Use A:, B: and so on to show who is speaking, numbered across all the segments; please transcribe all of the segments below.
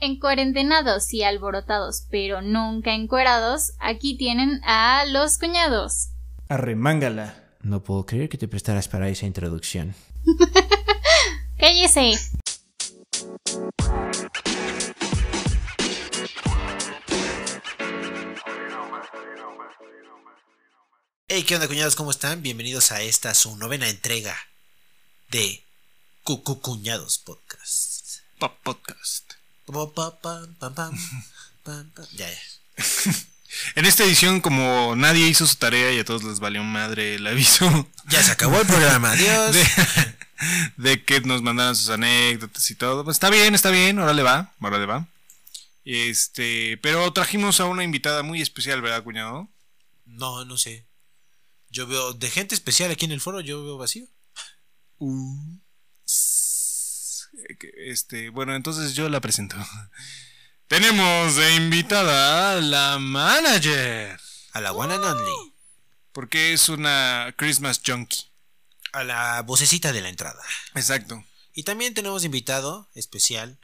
A: Encuarentenados y alborotados, pero nunca encuerados, aquí tienen a los cuñados.
B: Arremángala.
C: No puedo creer que te prestaras para esa introducción.
A: ¡Cállese!
D: Hey, ¿qué onda, cuñados? ¿Cómo están? Bienvenidos a esta su novena entrega de Cucu Cuñados Podcast.
B: Pop Podcast.
D: Pa, pa, pam, pam, pam, pam, pam. Ya, ya.
B: En esta edición, como nadie hizo su tarea y a todos les valió madre el aviso
D: Ya se acabó el programa, adiós.
B: de, de que nos mandaran sus anécdotas y todo, pues está bien, está bien, ahora le va, ahora le va. Este, pero trajimos a una invitada muy especial, ¿verdad, cuñado?
D: No, no sé. Yo veo de gente especial aquí en el foro, yo veo vacío.
B: Uh. Este, bueno, entonces yo la presento. Tenemos de invitada a la manager,
D: A la one and only.
B: porque es una Christmas junkie.
D: A la vocecita de la entrada.
B: Exacto.
D: Y también tenemos invitado especial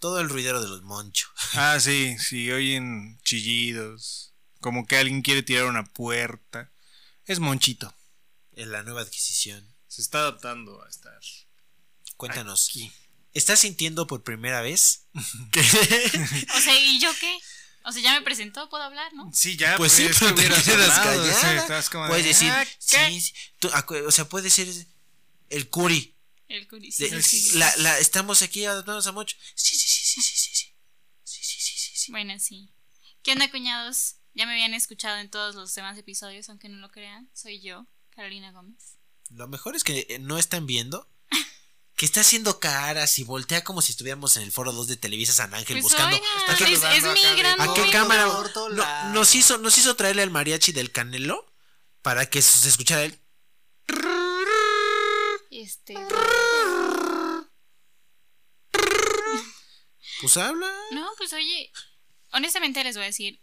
D: todo el ruidero de los monchos.
B: Ah, sí, sí, oyen chillidos, como que alguien quiere tirar una puerta. Es Monchito.
D: En la nueva adquisición.
B: Se está adaptando a estar
D: Cuéntanos.
B: aquí.
D: ¿Estás sintiendo por primera vez?
A: O sea, ¿y yo qué? O sea, ya me presentó, puedo hablar, ¿no?
B: Sí, ya.
D: Pues sí,
B: es
D: pero
B: que
D: te
B: hubieras
D: quedas
B: hablado, o sea,
D: callada.
B: estás como de,
D: Puedes decir,
B: "Ah,
D: sí, sí". Tú, acu- o sea, puede ser el curi.
A: El curi-
D: De-
A: sí, sí, sí.
D: la, la, estamos aquí adaptándonos a mucho. Sí, sí, sí, sí, sí, sí, sí. Sí, sí, sí, sí, sí.
A: Bueno, sí. ¿Qué onda, cuñados? Ya me habían escuchado en todos los demás episodios, aunque no lo crean. Soy yo, Carolina Gómez.
D: Lo mejor es que eh, no están viendo que está haciendo caras y voltea como si estuviéramos en el foro 2 de Televisa San Ángel
A: Pues,
D: buscando.
A: oigan,
D: ¿A qué,
A: es, es mi gran
D: a qué
A: momento.
D: cámara?
E: por todo
D: No,
E: lado.
D: nos, hizo, nos hizo traerle al mariachi del Canelo para que se escuchara él.
A: Este,
D: Pues habla.
A: no, pues oye, honestamente les voy a decir,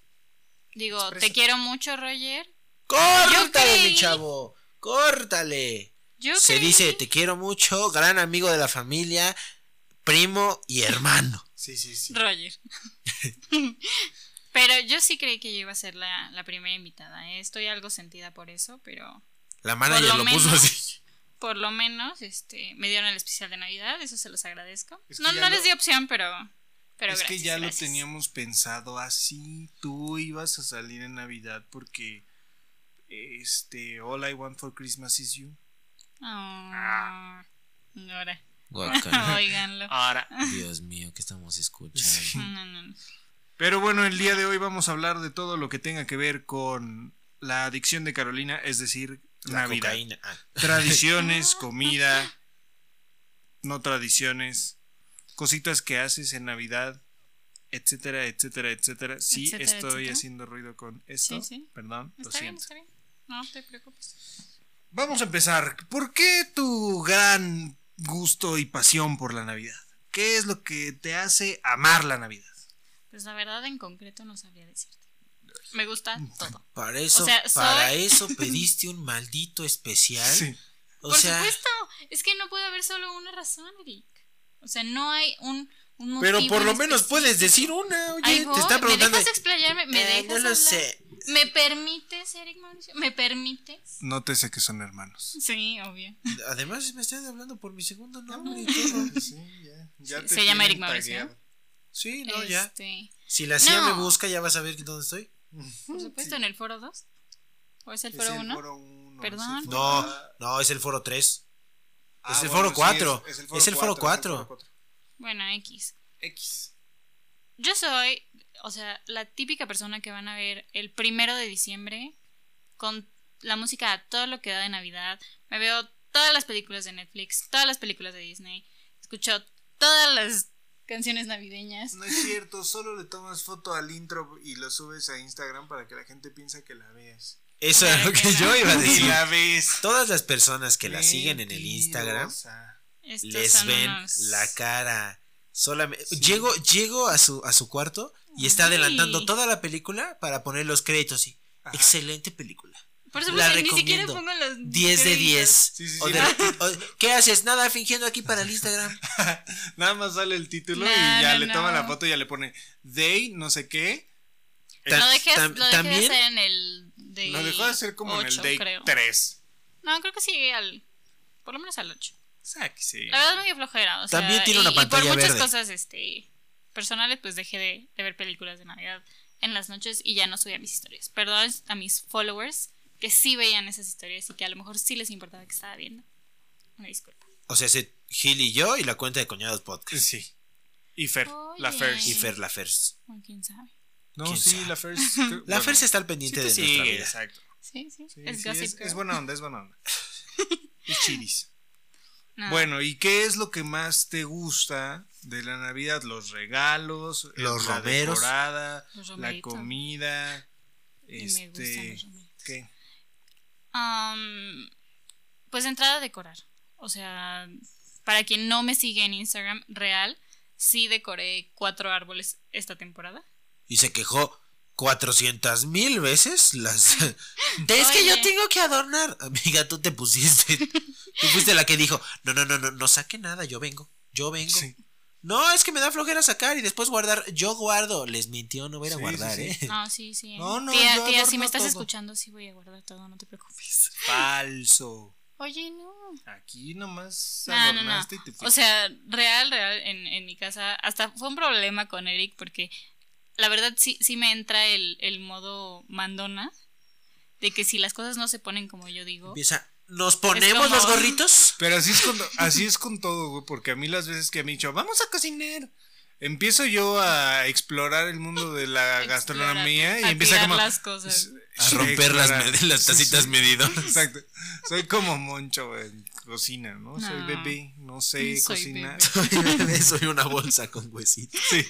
A: digo, te quiero mucho, Roger.
D: ¡Córtale,
A: creí-
D: mi chavo! ¡Córtale!
A: Yo
D: Se
A: creí-
D: dice, te quiero mucho, gran amigo de la familia, primo y hermano.
B: Sí, sí, sí.
A: Roger. pero yo sí creí que yo iba a ser la, la primera invitada. ¿eh? Estoy algo sentida por eso, pero
D: La manager
A: Por
D: lo,
A: lo
D: puso
A: menos.
D: así.
A: por lo menos este, me dieron el especial de Navidad, eso se los agradezco.
B: Es que
A: no
B: ya
A: no
B: lo-
A: les di opción, pero, pero
B: es
A: gracias.
B: que ya
A: gracias.
B: lo teníamos pensado así. Tú ibas a salir en Navidad porque. Este. All I want for Christmas is you.
A: Ah, ahora,
D: Guácala.
A: oiganlo.
B: Ahora.
D: Dios mío, ¿qué estamos escuchando?
A: No, no, no.
B: Pero bueno, el día de hoy vamos a hablar de todo lo que tenga que ver con la adicción de Carolina, es decir,
D: La
B: Navidad.
D: cocaína. Ah,
B: Tradiciones, comida, no tradiciones, cositas que haces en Navidad, etcétera, etcétera, etcétera. Sí,
A: Etcétera,
B: estoy
A: etcétera.
B: haciendo ruido con esto.
A: Sí, sí.
B: Perdón, lo
A: Está bien,
B: siento.
A: está bien. No te preocupes.
B: Vamos a empezar. ¿Por qué tu gran gusto y pasión por la Navidad? ¿Qué es lo que te hace amar la Navidad?
A: Pues la verdad, en concreto, no sabría decirte. Me gusta
D: Mm.
A: todo.
D: Para eso,
A: sea,
D: para
A: soy-
D: eso pediste un maldito especial.
B: Sí.
D: O
A: Por
D: sea,
A: supuesto, es que no puede haber solo una razón, Eric. O sea, no hay un, un
D: pero
A: motivo
D: por lo
A: en
D: menos
A: específico.
D: puedes decir una. Oye,
A: Ahí
D: te
A: voy,
D: está preguntando.
A: ¿Me dejas explayarme? ¿Me
D: Eh,
A: dejas
D: no lo
A: hablar?
D: sé.
A: ¿Me permites, Eric Mauricio? ¿Me permites?
B: Nótese que son hermanos.
A: Sí, obvio.
D: Además, me estás hablando por mi segundo nombre y todo.
B: Sí, ya.
A: Ya Se- te se llama tienen Eric Mauricio. tagueado.
D: Sí, no, ya.
A: Este,
D: Si la CIA
A: No.
D: me busca, ya vas a ver dónde estoy.
A: Por supuesto, en el foro 2. ¿O es el foro 1? Perdón.
D: No, no, es el foro 3. Ah, es el foro 4. es, el foro 4.
A: Bueno, X.
B: X.
A: Yo soy, o sea, la típica persona que van a ver el primero de diciembre con la música a todo lo que da de Navidad. Me veo todas las películas de Netflix, todas las películas de Disney. Escucho todas las canciones navideñas.
B: No es cierto, solo le tomas foto al intro y lo subes a Instagram para que la gente piensa que la veas.
D: Eso es lo que
A: Pero
D: yo iba a
B: Y
D: decir.
B: la ves.
D: Todas las personas que la siguen en el Instagram
B: Mentirosa.
A: Estos
D: les
A: son
D: ven
A: unos-
D: la cara. Solamente
B: Sí.
D: llego llego a su a su cuarto y está
A: Ay.
D: adelantando toda la película para poner los créditos y
B: Ajá.
D: excelente película.
A: Por
D: La
A: supuesto, ni siquiera
D: recomiendo.
A: pongo los
D: 10 de
A: créditos.
D: 10.
B: Sí, sí,
D: O
B: sí,
D: de-
B: no.
D: o- ¿Qué haces? Nada, fingiendo aquí para el Instagram.
B: Nada más sale el título
A: No,
B: y ya
A: no,
B: le toma
A: no.
B: la foto y ya le pone Day, no sé qué.
A: Lo dejé,
D: Tam-
A: lo dejé
D: también-
A: de hacer en el Day
B: Lo dejó de hacer como
A: ocho,
B: en el Day
A: creo.
B: 3.
A: No, creo que sí llegué al. Por lo menos al 8.
B: Sáquese.
A: La verdad me dio flojera. O sea,
D: También tiene
A: y-
D: una
A: y, por
D: pantalla
A: muchas
D: verde.
A: cosas este, personales, pues dejé de, de ver películas de Navidad en las noches y ya no subía mis historias. Perdón a mis followers que sí veían esas historias y que a lo mejor sí les importaba que estaba viendo. Una disculpa.
D: O sea, se Gil y yo y la cuenta de Cuñados Podcast.
B: Sí. Y Fer, la
A: Oye.
B: First.
D: Y Fer, la Fers.
A: Bueno, quién sabe.
B: No,
D: ¿Quién
B: sí,
D: sabe?
B: la First.
D: La Fers está al pendiente de nuestra vida.
B: exacto.
A: Sí, sí.
B: Sí, sí,
A: es
B: es,
A: gossip.
B: es
A: Girl.
B: buena onda, es buena onda. Es chidis.
A: No.
B: Bueno, ¿y qué es lo que más te gusta de la Navidad? Los regalos,
D: Los
B: la
D: romeros.
B: decorada,
A: Los
B: la
A: romeritos.
B: comida,
A: Y me gustan
B: este,
A: los romeritos.
B: ¿qué?
A: Am, pues de entrada decorar. O sea, para quien no me sigue en Instagram real, sí decoré cuatro árboles esta temporada.
D: Y se quejó 400 mil veces las... De, es que
A: Oye.
D: yo tengo que adornar. Amiga, tú te pusiste. Tú fuiste la que dijo, no, no, no, no, no saque nada, yo vengo, yo vengo.
B: Sí.
D: No, es que me da flojera sacar y después guardar. Yo guardo. Les mintió, no voy a ir a
B: Sí,
D: guardar,
B: sí, sí.
D: ¿eh?
A: No, Ah, sí, sí.
B: No, no,
A: tía,
B: yo
A: tía, si
B: adorno
A: me estás
B: todo.
A: escuchando, sí voy a guardar todo, no te preocupes.
D: Falso.
A: Oye, no.
B: Aquí nomás
A: No, no, no.
B: adornaste y te fuiste.
A: O sea, real, real, en, en mi casa. Hasta fue un problema con Eric porque la verdad sí, sí me entra el, el modo mandona de que si las cosas no se ponen como yo digo.
D: Empieza. ¿Nos ponemos
A: como-
D: los gorritos?
B: Pero así es con, así es con todo, güey, porque a mí las veces que me han dicho, vamos a cocinar, empiezo yo a explorar el mundo de la gastronomía y
A: a
B: empieza
A: tirar
B: como...
A: las cosas.
D: A romper las, med- las tacitas
B: medidas
D: medido.
B: Exacto. Soy como Moncho en cocina, ¿no? Soy
A: No.
B: bebé, no sé
A: Soy
B: cocinar.
A: bebé.
D: Soy una bolsa con huesitos.
B: Sí.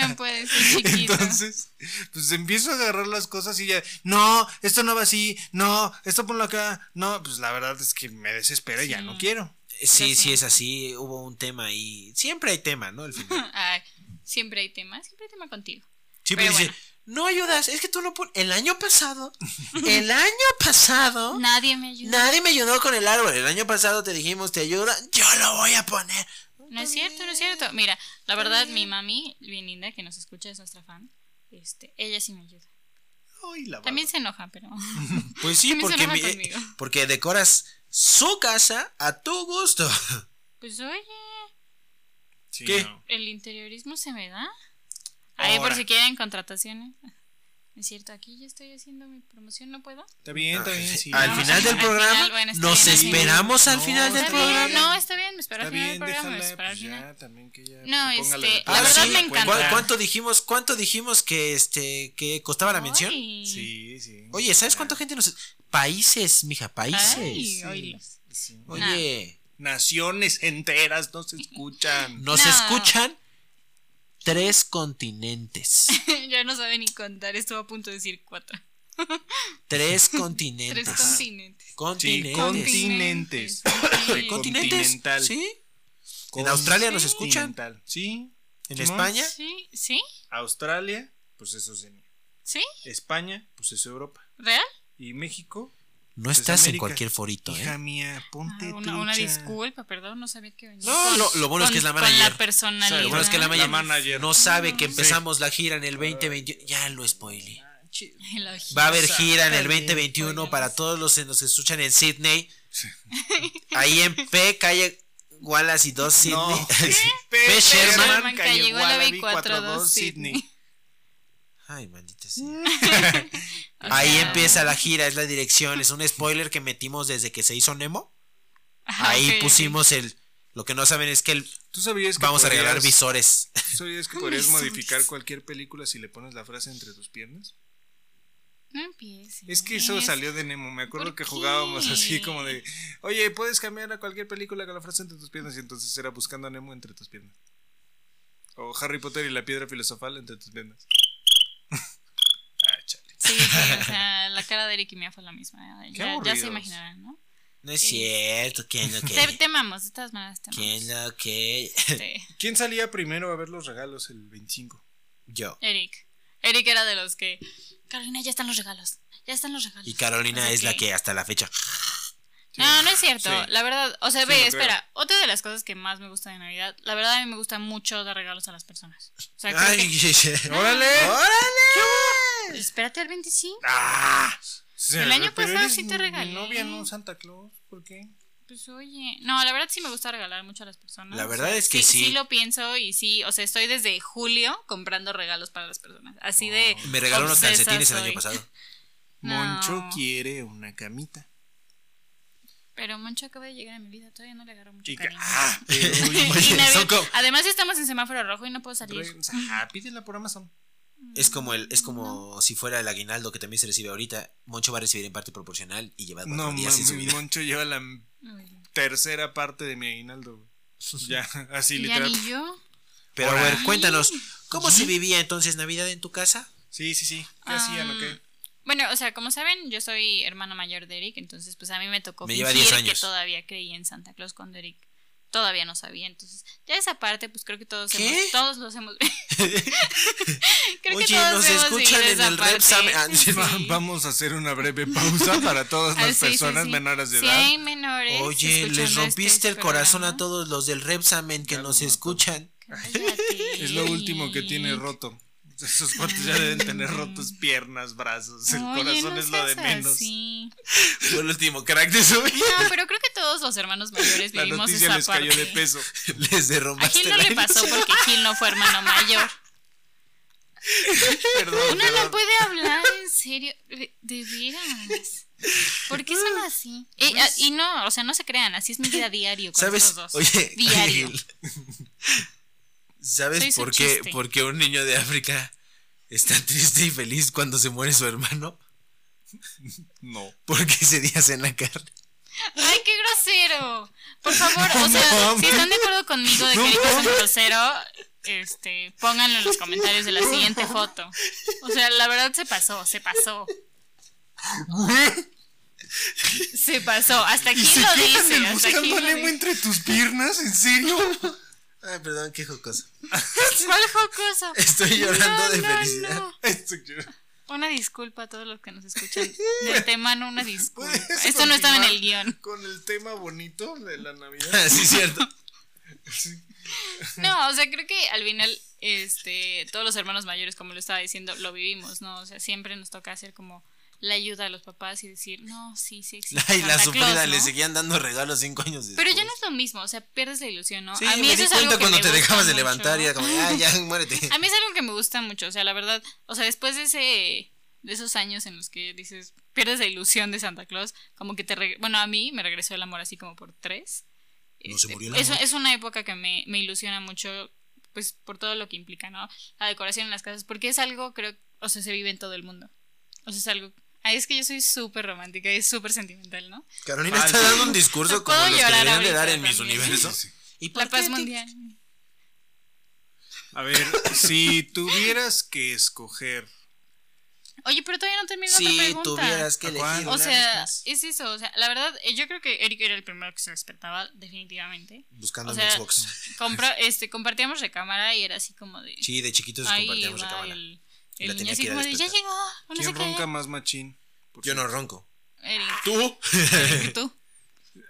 A: No puede ser chiquito.
B: Entonces, pues empiezo a agarrar las cosas y ya, no, esto no va así, no, esto ponlo acá, no, pues la verdad es que me desespera y ya
A: Sí.
B: no quiero.
A: Ya
D: Sí, sí,
A: sé.
D: es así. Hubo un tema ahí. Siempre hay tema, ¿no? Al final.
A: Ay, siempre hay tema, siempre hay tema contigo.
D: Siempre
A: Pero
D: dice, no ayudas, es que tú no pon- El año pasado, el año pasado,
A: Nadie me ayuda.
D: nadie me ayudó con el árbol. El año pasado te dijimos, te ayuda, yo lo voy a poner.
A: No es cierto, no es cierto. Mira, la verdad, mi mami, bien linda, que nos escucha, es nuestra fan. Este, ella sí me ayuda.
B: Ay, la
A: También se enoja, pero.
D: Pues sí,
A: También se
D: porque,
A: enoja
D: mi-
A: conmigo.
D: porque decoras su casa a tu gusto.
A: Pues oye,
B: barba. Sí,
D: ¿Qué?
B: no.
A: el interiorismo se me da. Ahí por
B: Ahora.
A: si quieren contrataciones. Es cierto, aquí yo estoy haciendo mi promoción, ¿no puedo?
B: Está bien, está bien, sí.
D: Ah, al
A: No,
D: final del
A: al
D: programa,
A: final, bueno, está
D: nos
A: bien, así.
D: esperamos al
B: No,
D: final del
A: Está
B: Este
A: bien,
D: programa.
A: no, está bien, me espero
B: Está
A: al final
B: bien,
A: del programa, me
B: déjala,
A: espero al
B: pues
A: final.
B: ya, también que ya
A: No,
B: se ponga
A: este,
B: de-
A: la
B: Ah,
A: verdad
B: sí,
A: me
B: cuenta.
A: encanta.
D: ¿Cuál- ¿Cuánto dijimos, cuánto dijimos que este que costaba la mención?
A: Ay.
B: Sí, sí.
D: Oye, ¿sabes cuánta gente nos países, mija, países?
A: Ay, oílos.
B: Sí.
D: Oye,
B: Naciones enteras no se escuchan.
D: Nos
A: No.
D: escuchan tres continentes.
A: ya no sabe ni contar, estuvo a punto de decir cuatro.
D: Tres
A: Tres
D: continentes.
A: continentes.
B: Sí,
D: continentes.
A: Continentes.
B: Continentes. Con-
D: Continentes,
B: Continental.
D: Sí. En Australia nos escuchan.
B: Continental. Sí.
D: En
B: Simón.
D: España.
A: Sí, sí,
B: Australia, pues eso es en
A: sí,
B: España, pues eso es Europa.
A: real.
B: Y México.
D: No
B: Pues
D: estás en
B: América.
D: cualquier forito,
B: Hija
D: ¿eh?
B: mía, ponte
A: Ah, una, una
B: trucha.
A: disculpa, perdón, no sabía que venía.
D: No, lo, lo bueno es que es la
A: Con- Con
D: manager.
A: la personalidad.
D: Lo bueno es que la
B: La
D: manager,
B: manager.
D: no sabe que empezamos la gira en el 2021. Ya lo spoilé.
A: La ojita.
D: Va a haber gira en el
B: Sácale,
D: 2021
A: spoilers.
D: para todos los que nos escuchan en Sydney. Ahí en P, calle Wallace y 2 Sydney.
B: No. P.
D: Sherman,
A: Calle Wallaby
B: 4-2
A: Sydney.
D: Ay, maldita sea.
A: O sea,
D: Ahí empieza la gira, es la dirección, es un spoiler que metimos desde que se hizo Nemo.
A: ajá,
D: Ahí
A: ah, ok, ok.
D: pusimos el. Lo que no saben es que el-
B: Tú sabías que
D: vamos a regalar
B: podrías-
D: visores.
B: ¿tú sabías que podrías
A: Mis
B: modificar
A: zombies.
B: cualquier película si le pones la frase entre tus piernas.
A: No empieces.
B: Es que eso salió de Nemo. Me acuerdo
A: ¿Por
B: que
A: qué?
B: jugábamos así como de, oye, puedes cambiar a cualquier película con la frase entre tus piernas. Y entonces era buscando a Nemo entre tus piernas. O Harry Potter y la piedra filosofal entre tus piernas. ah, chale.
A: Sí, sí, o sea, la cara de Eric y mía fue la misma.
B: Qué
A: Ya, ya
B: aburridos.
A: se imaginarán, ¿no?
D: No es cierto, ¿quién lo
A: Te,
D: que?
A: te amamos, de todas maneras te amamos.
D: ¿Quién lo que?
A: Este,
B: ¿Quién salía primero a ver los regalos el 25?
D: Yo.
A: Eric. Eric era de los que. Carolina, ya están los regalos. Ya están los regalos.
D: Y Carolina
A: Así
D: es la que hasta la fecha.
A: No, no es cierto.
B: Sí.
A: La verdad, o sea,
B: Sí,
A: ve,
B: lo creo.
A: espera. Otra de las cosas que más me gusta de Navidad, la verdad a mí me gusta mucho dar regalos a las personas. O sea, creo
D: ¡Ay!
B: ¡Órale!
A: que-
D: Pues,
A: espérate al 25.
B: ¡Ah! Se-
A: El año
B: pero
A: pasado
B: eres
A: sí te
B: mi
A: regalé.
B: novia, no Santa Claus, ¿por qué?
A: Pues oye, no, la verdad sí me gusta regalar mucho a las personas.
D: La
A: O
D: verdad
A: sea,
D: es que sí.
A: sí. lo pienso y sí, o sea, estoy desde julio comprando regalos para las personas. Así de.
D: Me regaló unos
A: obsesa
D: calcetines el
A: soy.
D: año pasado.
A: No.
B: Moncho quiere una camita.
A: Pero Moncho acaba de llegar a mi vida, todavía no le agarro mucho
B: Y ca-
A: cariño.
B: ¡Ah! Pero,
A: Y
D: Oye,
A: Navidad-
D: son como-
A: Además estamos en semáforo rojo y no puedo salir.
B: Regresa. Ah, pídela por Amazon.
D: Es como el, es como si fuera el aguinaldo que también se recibe ahorita. Moncho va a recibir en parte proporcional y lleva cuatro
B: No
D: días sin
B: mames, mi
D: subir.
B: Moncho lleva la
A: Ay,
B: tercera parte de mi aguinaldo, güey. Ya, así
A: ya
B: literal.
A: ni yo.
D: Pero a ver,
B: Ahora.
D: cuéntanos, ¿cómo se vivía entonces Navidad en tu casa?
B: Sí, sí, sí. ¿Qué hacían o qué?
A: Bueno, o sea, como saben, yo soy hermana mayor de Eric, entonces pues a mí me tocó
D: Me lleva
A: fingir
D: 10 años.
A: que todavía creía en Santa Claus cuando Eric todavía no sabía. Entonces, ya esa parte, pues creo que todos
D: ¿Qué?
A: hemos- todos los hemos creo
D: Oye,
A: que todos
D: nos
A: hemos vivido
D: escuchan en
A: esa
D: el
A: parte.
D: Repsam. Ah,
A: Sí.
B: Va- Vamos a hacer una breve pausa para todas las
A: Ah, sí, sí,
B: personas
A: sí.
B: menores de
A: Si
B: edad.
A: hay menores.
D: Oye,
A: escuchando
D: les rompiste
A: este
D: el corazón a
A: programa,
D: todos los del Repsamen que
B: Ya
D: nos
B: los mató.
D: escuchan.
A: cállate.
B: Es lo último que tiene roto. Esos cuates ya deben tener rotos piernas, brazos. El
A: Oye,
B: corazón
A: no
B: es lo de
A: seas
B: menos.
A: así.
D: Fue el último crack de su vida.
A: No, pero creo que todos los hermanos mayores
B: La
A: vivimos
B: noticia
A: esa
B: les
A: parte.
B: cayó de peso.
D: Les
A: A
D: derrumbaste
A: Gil no
D: la
A: le pasó
D: ilusión.
A: porque Gil no fue hermano mayor.
B: Perdón,
A: Uno
B: perdón.
A: no puede hablar en serio. De de veras. ¿Por qué son así? Y, a- y no, o sea, no se crean, así es mi vida diario con
D: Pues ¿Sabes?
A: estos dos.
D: Oye,
A: diario.
D: Ángel, ¿Sabes
A: Soy su
D: por qué,
A: chiste.
D: por qué un niño de África está triste y feliz cuando se muere su hermano?
B: No.
D: Porque ese día cena carne.
A: ¡Ay, qué grosero! Por favor, o sea, si están de acuerdo conmigo de que Eric es un grosero, este, pónganlo en los comentarios de la siguiente foto. O sea, la verdad se pasó, se pasó. Se pasó, hasta aquí lo dice, hasta aquí lo dice.
B: entre tus piernas? ¿En serio?
D: Ay, perdón, qué jocoso.
A: ¿Cuál jocoso?
D: Estoy llorando de felicidad.
B: Esto yo-
A: Una disculpa a todos los que nos escuchan. De antemano, una disculpa.
D: Pues,
B: ¿Puedes
A: Esto no estaba en
B: continuar
A: el guión.
B: Con el tema bonito de la Navidad.
D: Ah, sí, cierto.
A: No, o sea, creo que al final, este, todos los hermanos mayores, como lo estaba diciendo, lo vivimos, ¿no? O sea, siempre nos toca hacer como la ayuda a los papás y decir, no, sí, sí existe.
D: Ay, la
A: Santa
D: sufrida,
A: Claus, ¿no?
D: le seguían dando regalos cinco años después.
A: Pero ya no es lo mismo, o sea, pierdes la ilusión, ¿no?
D: Sí, me di cuenta cuando
A: me
D: te
A: gusta
D: dejabas de
A: mucho.
D: levantar y era como, ah, ya, muérete.
A: A mí es algo que me gusta mucho, o sea, la verdad, o sea, después de ese de esos años en los que dices, pierdes la ilusión de Santa Claus, como que te reg- bueno, a mí me regresó el amor así como por tres.
D: No, se murió el
A: es,
D: amor.
A: es una época que me, me ilusiona mucho, pues por todo lo que implica, ¿no? La decoración en las casas, porque es algo, creo, o sea, se vive en todo el mundo. O sea, es algo... Ay, es que yo soy súper romántica y súper sentimental, ¿no?
D: Carolina
B: Falso.
D: está dando un discurso como
A: Puedo
D: los que
A: llorar
D: deberían de
A: ahorita
D: dar en mis
A: también.
D: universos. ¿Y por
A: La
D: qué
A: paz
D: te-
A: mundial.
B: A ver, si tuvieras que escoger.
A: Oye, pero todavía no termino la
D: Si
A: pregunta.
D: tuvieras que
B: ¿A
D: elegir.
B: cuál?
A: O
D: una
A: sea,
D: vez más.
A: es eso, o sea, la verdad, eh, yo creo que Eric era el primero que se despertaba, definitivamente.
D: Buscando
A: o
D: en
A: sea,
D: Xbox.
A: Compra, este, compartíamos recámara y era así como de.
D: Sí, de chiquitos
A: "Ahí
D: compartíamos
A: va
D: recámara.
A: El,
D: Y
A: el
D: la
A: niño
D: tenía
A: así
D: que ir a
A: como de, ya
D: despertar.
A: llegó, o no sé
B: ¿Quién
A: qué".
B: ronca más machín? Por
D: Yo no
B: cierto.
D: ronco.
A: Eric,
D: ¿Tú?
A: Eric, tú.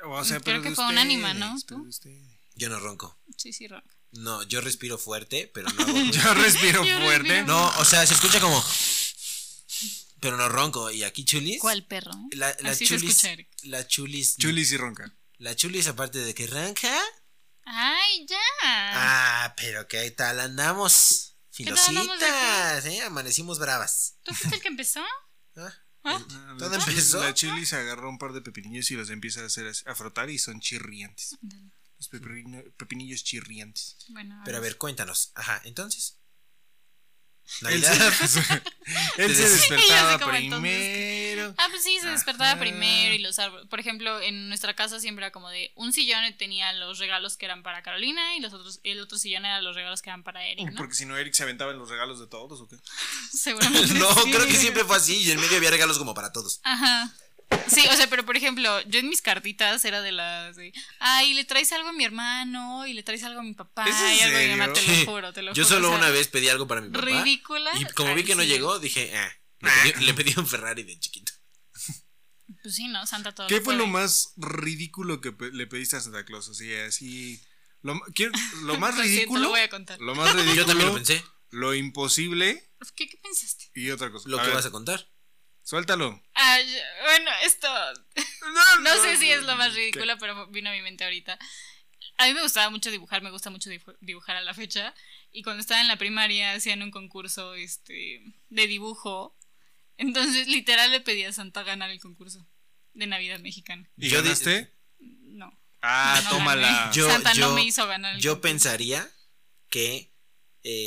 B: O sea,
A: Creo
B: pero
A: que
B: de
A: fue un ánima,
B: ustedes,
A: ¿no?
B: pero
A: ¿Tú?
B: de ustedes.
D: Yo no ronco.
A: Sí, sí, ronca.
D: No, yo respiro fuerte, pero no hago ruido.
B: Yo respiro
A: Yo
B: fuerte.
A: respiro
D: No, o sea, se escucha como. Pero no ronco. ¿Y aquí chulis?
A: ¿Cuál perro?
D: La, la
A: Así se
D: chulis.
A: escucha, Eric.
D: La chulis.
B: Chuli sí ronca.
D: La chulis, aparte de que ranca.
A: Ay, ya.
D: Ah, pero qué tal andamos.
A: tal andamos
D: Filositas, ¿eh? Amanecimos bravas.
A: ¿Tú fuiste el que empezó?
D: ¿Ah?
A: ¿Ah?
D: ¿Todo empezó?
B: La Chuli se agarró un par de pepinillos y los empieza a hacer así- a frotar y son chirriantes.
A: Ándale.
B: Los pepino- pepinillos chirriantes.
A: Bueno,
D: Pero a ver, cuéntanos. Ajá, entonces.
B: Él
D: Navidad.
B: se, él se
D: Sí,
A: yo
B: despertaba
A: sé cómo entonces
B: primero.
A: Ah, pues sí, se despertaba
B: Ajá.
A: primero y los árboles. Por ejemplo, en nuestra casa siempre era como de un sillón tenía los regalos que eran para Carolina y los otros, el otro sillón era los regalos que eran para Eric, ¿no?
B: Porque si no, Eric se aventaba en los regalos de todos, ¿o qué?
A: Seguramente.
D: No,
A: sí.
D: creo que siempre fue así. Y en medio había regalos como para todos.
A: Ajá. Sí, o sea, pero por ejemplo, yo en mis cartitas era de las de, ay, le traes algo a mi hermano y le traes algo a mi papá
B: ¿Es en
A: y algo a mi
B: serio?
A: mamá, te lo juro, te lo
D: Yo
A: juro.
D: solo
A: o sea,
D: una vez pedí algo para mi papá.
A: Ridícula.
D: Y como vi
A: Ay,
D: que no
A: sí.
D: llegó, dije, ah, Le pedí, le pedí un Ferrari de chiquito.
A: Pues sí, ¿no? Santa todo.
B: ¿Qué
A: lo
B: fue lo
A: puede.
B: más ridículo que pe- le pediste a Santa Claus? Así, así. Lo, ma- ¿quién- lo más
A: Lo siento, lo
B: ridículo.
A: voy a contar.
B: Lo más ridículo.
D: Yo también lo pensé.
B: lo imposible
A: ¿Qué, qué pensaste?
B: y otra cosa.
D: Lo
B: A
D: que
B: ver,
D: vas a contar.
B: Suéltalo.
A: Ah, yo- bueno, esto. No sé si es lo más ridículo, pero vino a mi mente ahorita. A mí me gustaba mucho dibujar, me gusta mucho dibu- dibujar a la fecha. Y cuando estaba en la primaria hacían un concurso este, de dibujo. Entonces, literal, le pedí a Santa ganar el concurso de Navidad mexicana.
B: ¿Y
D: Yo di-
B: ganaste?
A: No.
B: Ah,
A: no gané.
B: tómala.
D: Yo-
A: Santa no me hizo ganar el
D: Yo
A: concurso.
D: pensaría que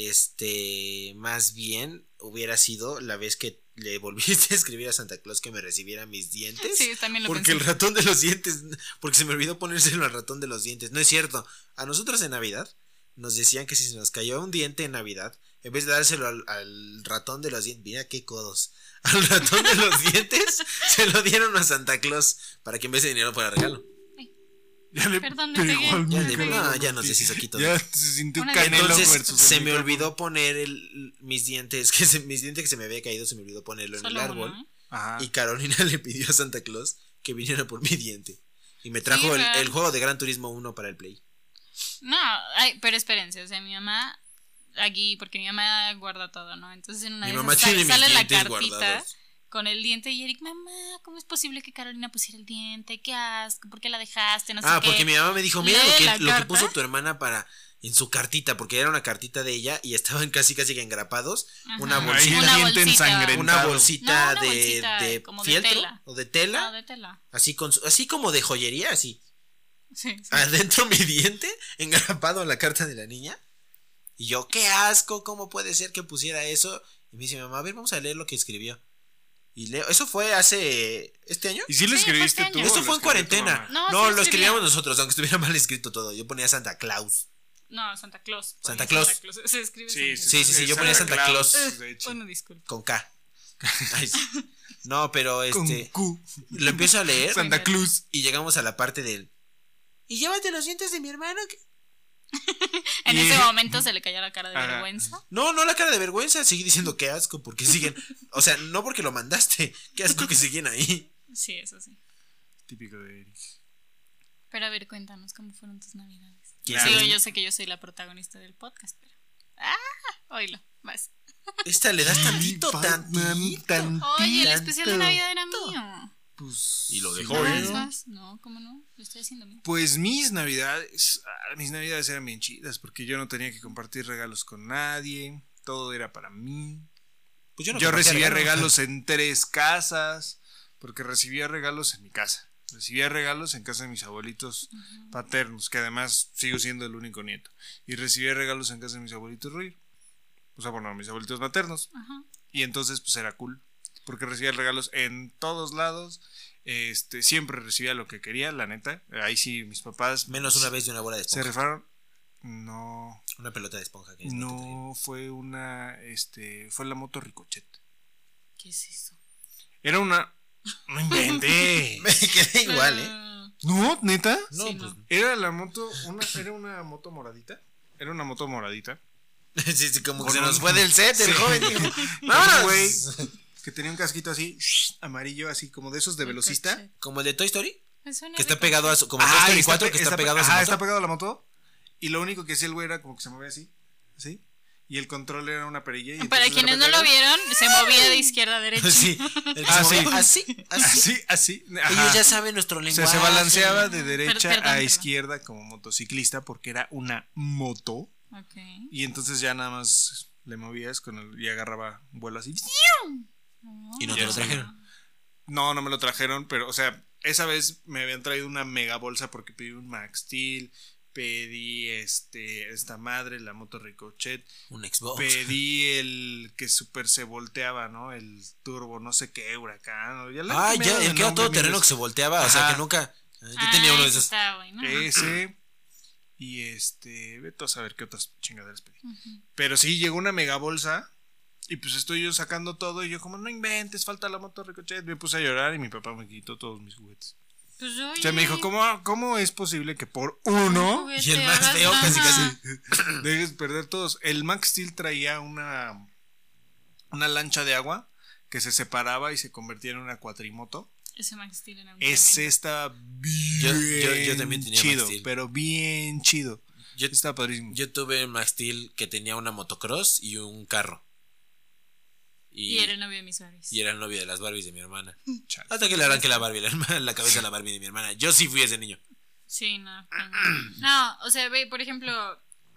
D: este más bien hubiera sido la vez que le volviste a escribir a Santa Claus que me recibiera mis dientes.
A: Sí, también lo
D: porque
A: pensé.
D: el ratón de los dientes, porque se me olvidó ponérselo al ratón de los dientes. No es cierto. A nosotros en Navidad nos decían que si se nos cayó un diente en Navidad, en vez de dárselo al, al ratón de los dientes, mira qué codos. Al ratón de los dientes se lo dieron a Santa Claus para que en vez de dinero fuera regalo.
B: Ya le
A: Perdón, me
B: pegó
A: pegué.
B: al
A: Ya le
B: micrófono.
D: pegué. No, ya nos deshizo aquí todo.
B: Ya se sintió
A: Una
B: canelo
D: Entonces
B: versus el
D: se me
B: micrófono.
D: olvidó poner el, mis dientes, que se- mis dientes que se me había caído, se me olvidó ponerlo en
A: Solo
D: el
A: uno,
D: árbol.
A: ¿eh?
B: Ajá.
D: Y Carolina le pidió a Santa Claus que viniera por mi diente. Y me trajo
A: Sí,
D: el,
A: ¿verdad?
D: el juego de Gran Turismo 1 para el Play.
A: No, ay, pero espérense, o sea, mi mamá aquí, porque mi mamá guarda todo, ¿no? Entonces en una
D: Mi
A: de
D: mamá
A: esas sale,
D: tiene mis
A: sale la
D: dientes
A: cartita
D: guardados.
A: con el diente y Eric, mamá, ¿cómo es posible que Carolina pusiera el diente? ¿Qué asco? ¿Por qué la dejaste? No sé
D: ah,
A: qué.
D: porque mi mamá me dijo, mira
A: Lee
D: lo
A: la
D: que, lo que
A: carta.
D: puso tu hermana para en su cartita, porque era una cartita de ella y estaban casi casi que engrapados.
A: Ajá.
D: Una
A: Ahí
D: bolsita,
A: Una
B: diente
A: bolsita.
B: ensangrentado.
D: una bolsita
A: No, una
D: de,
A: bolsita
D: de
A: como de
D: fieltro
A: tela.
D: o de tela,
A: No, de tela.
D: así, con, su- así como de joyería, así.
A: Sí, sí.
D: adentro mi diente, engrapado a la carta de la niña. Y yo, qué asco, ¿cómo puede ser que pusiera eso? Y me dice, mamá, a ver, vamos a leer lo que escribió. Y leo, eso fue hace, ¿este año?
B: ¿Y si lo
A: Sí,
B: escribiste
A: fue este
B: tú?
A: año.
B: o
D: Esto
B: lo
D: fue
B: escribió
D: en
B: tu
D: cuarentena.
B: mamá?
A: No,
D: No,
A: sí
D: lo
A: escribía.
D: escribíamos nosotros, aunque estuviera mal escrito todo. Yo ponía Santa Claus.
A: No, Santa Claus. Ponía
D: Santa Claus.
A: Se escribe
B: Sí,
A: Santa
D: Sí, sí, sí, yo ponía Santa Claus.
B: de hecho.
A: Bueno, disculpa.
D: Con K. Ay, sí. No, pero
B: Con
D: este,
B: Q.
D: lo empiezo a leer
A: San-
B: Santa Claus.
D: y llegamos a la parte del... Y llévate los dientes de mi hermano. que-".
A: En
B: Y-
A: ese momento se le cayó la cara de
B: Ajá.
A: vergüenza.
D: No, no la cara de vergüenza. Seguí diciendo qué asco, porque siguen... O sea, no porque lo mandaste. Qué asco que siguen ahí.
A: Sí, eso sí.
B: Típico de Eric.
A: Pero a ver, cuéntanos cómo fueron tus navidades.
D: ¿Quién
A: Digo,
D: sabe?
A: yo sé que yo soy la protagonista del podcast, pero. ¡Ah! Oílo, vas.
D: Esta le das tantito,
B: Pa-
D: tantito.
B: tan-
A: Oye, el
D: Tanto.
A: especial de Navidad era mío.
B: Pues,
D: Y lo
B: sí,
D: dejó,
B: ¿no?
A: ¿Vas,
D: ¿eh?
A: vas? No, ¿cómo no? Lo estoy haciendo mío.
B: Pues mis navidades, ah, mis navidades eran bien chidas porque yo no tenía que compartir regalos con nadie, todo era para mí.
D: Pues
B: Yo,
D: no compartía
B: recibía regalos en tres casas, porque recibía regalos en mi casa, recibía regalos en casa de mis abuelitos paternos, que además sigo siendo el único nieto, y recibía regalos en casa de mis abuelitos Ruiz, o sea, bueno, mis abuelitos maternos,
A: Ajá.
B: y entonces pues era cool, porque recibía regalos en todos lados, este, siempre recibía lo que quería, la neta, ahí sí mis papás
D: Menos una vez de una bola de
B: se
D: esponja.
B: rifaron. No,
D: Una pelota de esponja. Que no te traía.
B: no fue una, este, fue la moto Ricochet.
A: ¿Qué es eso?
B: Era una, no inventé.
D: Me quedé igual, ¿eh?
A: Ah,
B: no, neta.
D: No,
A: Sí,
D: pues.
B: Era la moto, una, era una moto moradita. Era una moto moradita.
D: sí, sí, como que
B: Con
D: se
B: un-
D: nos fue del set el
B: Sí.
D: joven. dijo,
B: Un
D: "Vámonos".
B: güey que tenía un casquito así amarillo, así como de esos de velocista.
A: Ricochet.
D: Como el de Toy Story.
A: Me suena
D: Que está
A: Ricochet.
D: pegado a su. Como el Toy
B: Ah,
D: Story
B: está
D: 4
B: pe-
D: que está,
B: pe-
D: pegado a su.
B: ajá,
D: moto.
B: está pegado a la moto. Y lo único que hacía el güey era como que se movía así, así. Y el control era una perilla. y
A: Para
B: entonces de
A: quienes no
B: repente
A: lo
B: era-
A: vieron, se movía de izquierda a derecha.
D: Sí. el que se
B: Ah, sí.
D: movía Así, así.
B: Así, así.
D: Ellos
B: ajá.
D: ya saben nuestro
B: O
D: lenguaje.
B: sea, se balanceaba de derecha
A: perdón,
B: a
A: perdón.
B: izquierda como motociclista porque era una moto.
A: Ok.
B: Y entonces ya nada más le movías con el, y agarraba vuelo así.
D: Y no te
A: Ah.
D: lo trajeron.
B: No, no me lo trajeron, pero, o sea, esa vez me habían traído una mega bolsa porque pedí un Max Steel, pedí este, esta madre, la moto Ricochet,
D: Un Xbox.
B: pedí el que super se volteaba, ¿no? El turbo, no sé qué, huracán. o ya le han
D: Ah,
B: cambiado
D: ya.
B: de
D: El que era
B: nombre,
D: todo terreno que
B: amigos.
D: se volteaba. O sea,
B: Ajá.
D: que nunca. Yo
A: Ah,
D: tenía uno de
A: ese
D: esos.
A: está bueno.
B: Ese. Y este, vete a saber qué otras chingaderas pedí.
A: Ujú.
B: Pero sí, llegó una mega bolsa. Y pues estoy yo sacando todo. Y yo, como, no inventes, falta la moto Ricochet. Me puse a llorar y mi papá me quitó todos mis juguetes.
A: Pues
B: O sea, me dijo,
A: oye,
B: ¿cómo, cómo es posible que por
A: un
B: uno
A: juguete
D: Y el más
A: hagas
D: feo casi
A: nada?
D: casi.
B: dejes perder todos? El Max Steel traía una, una lancha de agua que se separaba y se convertía en una cuatrimoto.
A: Ese Max Steel era un
B: Ese
A: tremendo.
B: está bien
E: Yo- yo- yo también tenía Max
B: chido,
E: Steel.
B: pero bien chido.
E: Yo,
B: Está padrísimo.
E: yo tuve Max Steel que tenía una motocross y un carro.
A: Y era el novio de mis Barbies.
E: y era el novio de las Barbies de mi hermana.
B: Chale.
E: Hasta que le arranqué la Barbie, la, herma- la cabeza a la Barbie de mi hermana. Yo sí fui ese niño.
A: Sí, no. pues no. No, o sea, ve, por ejemplo,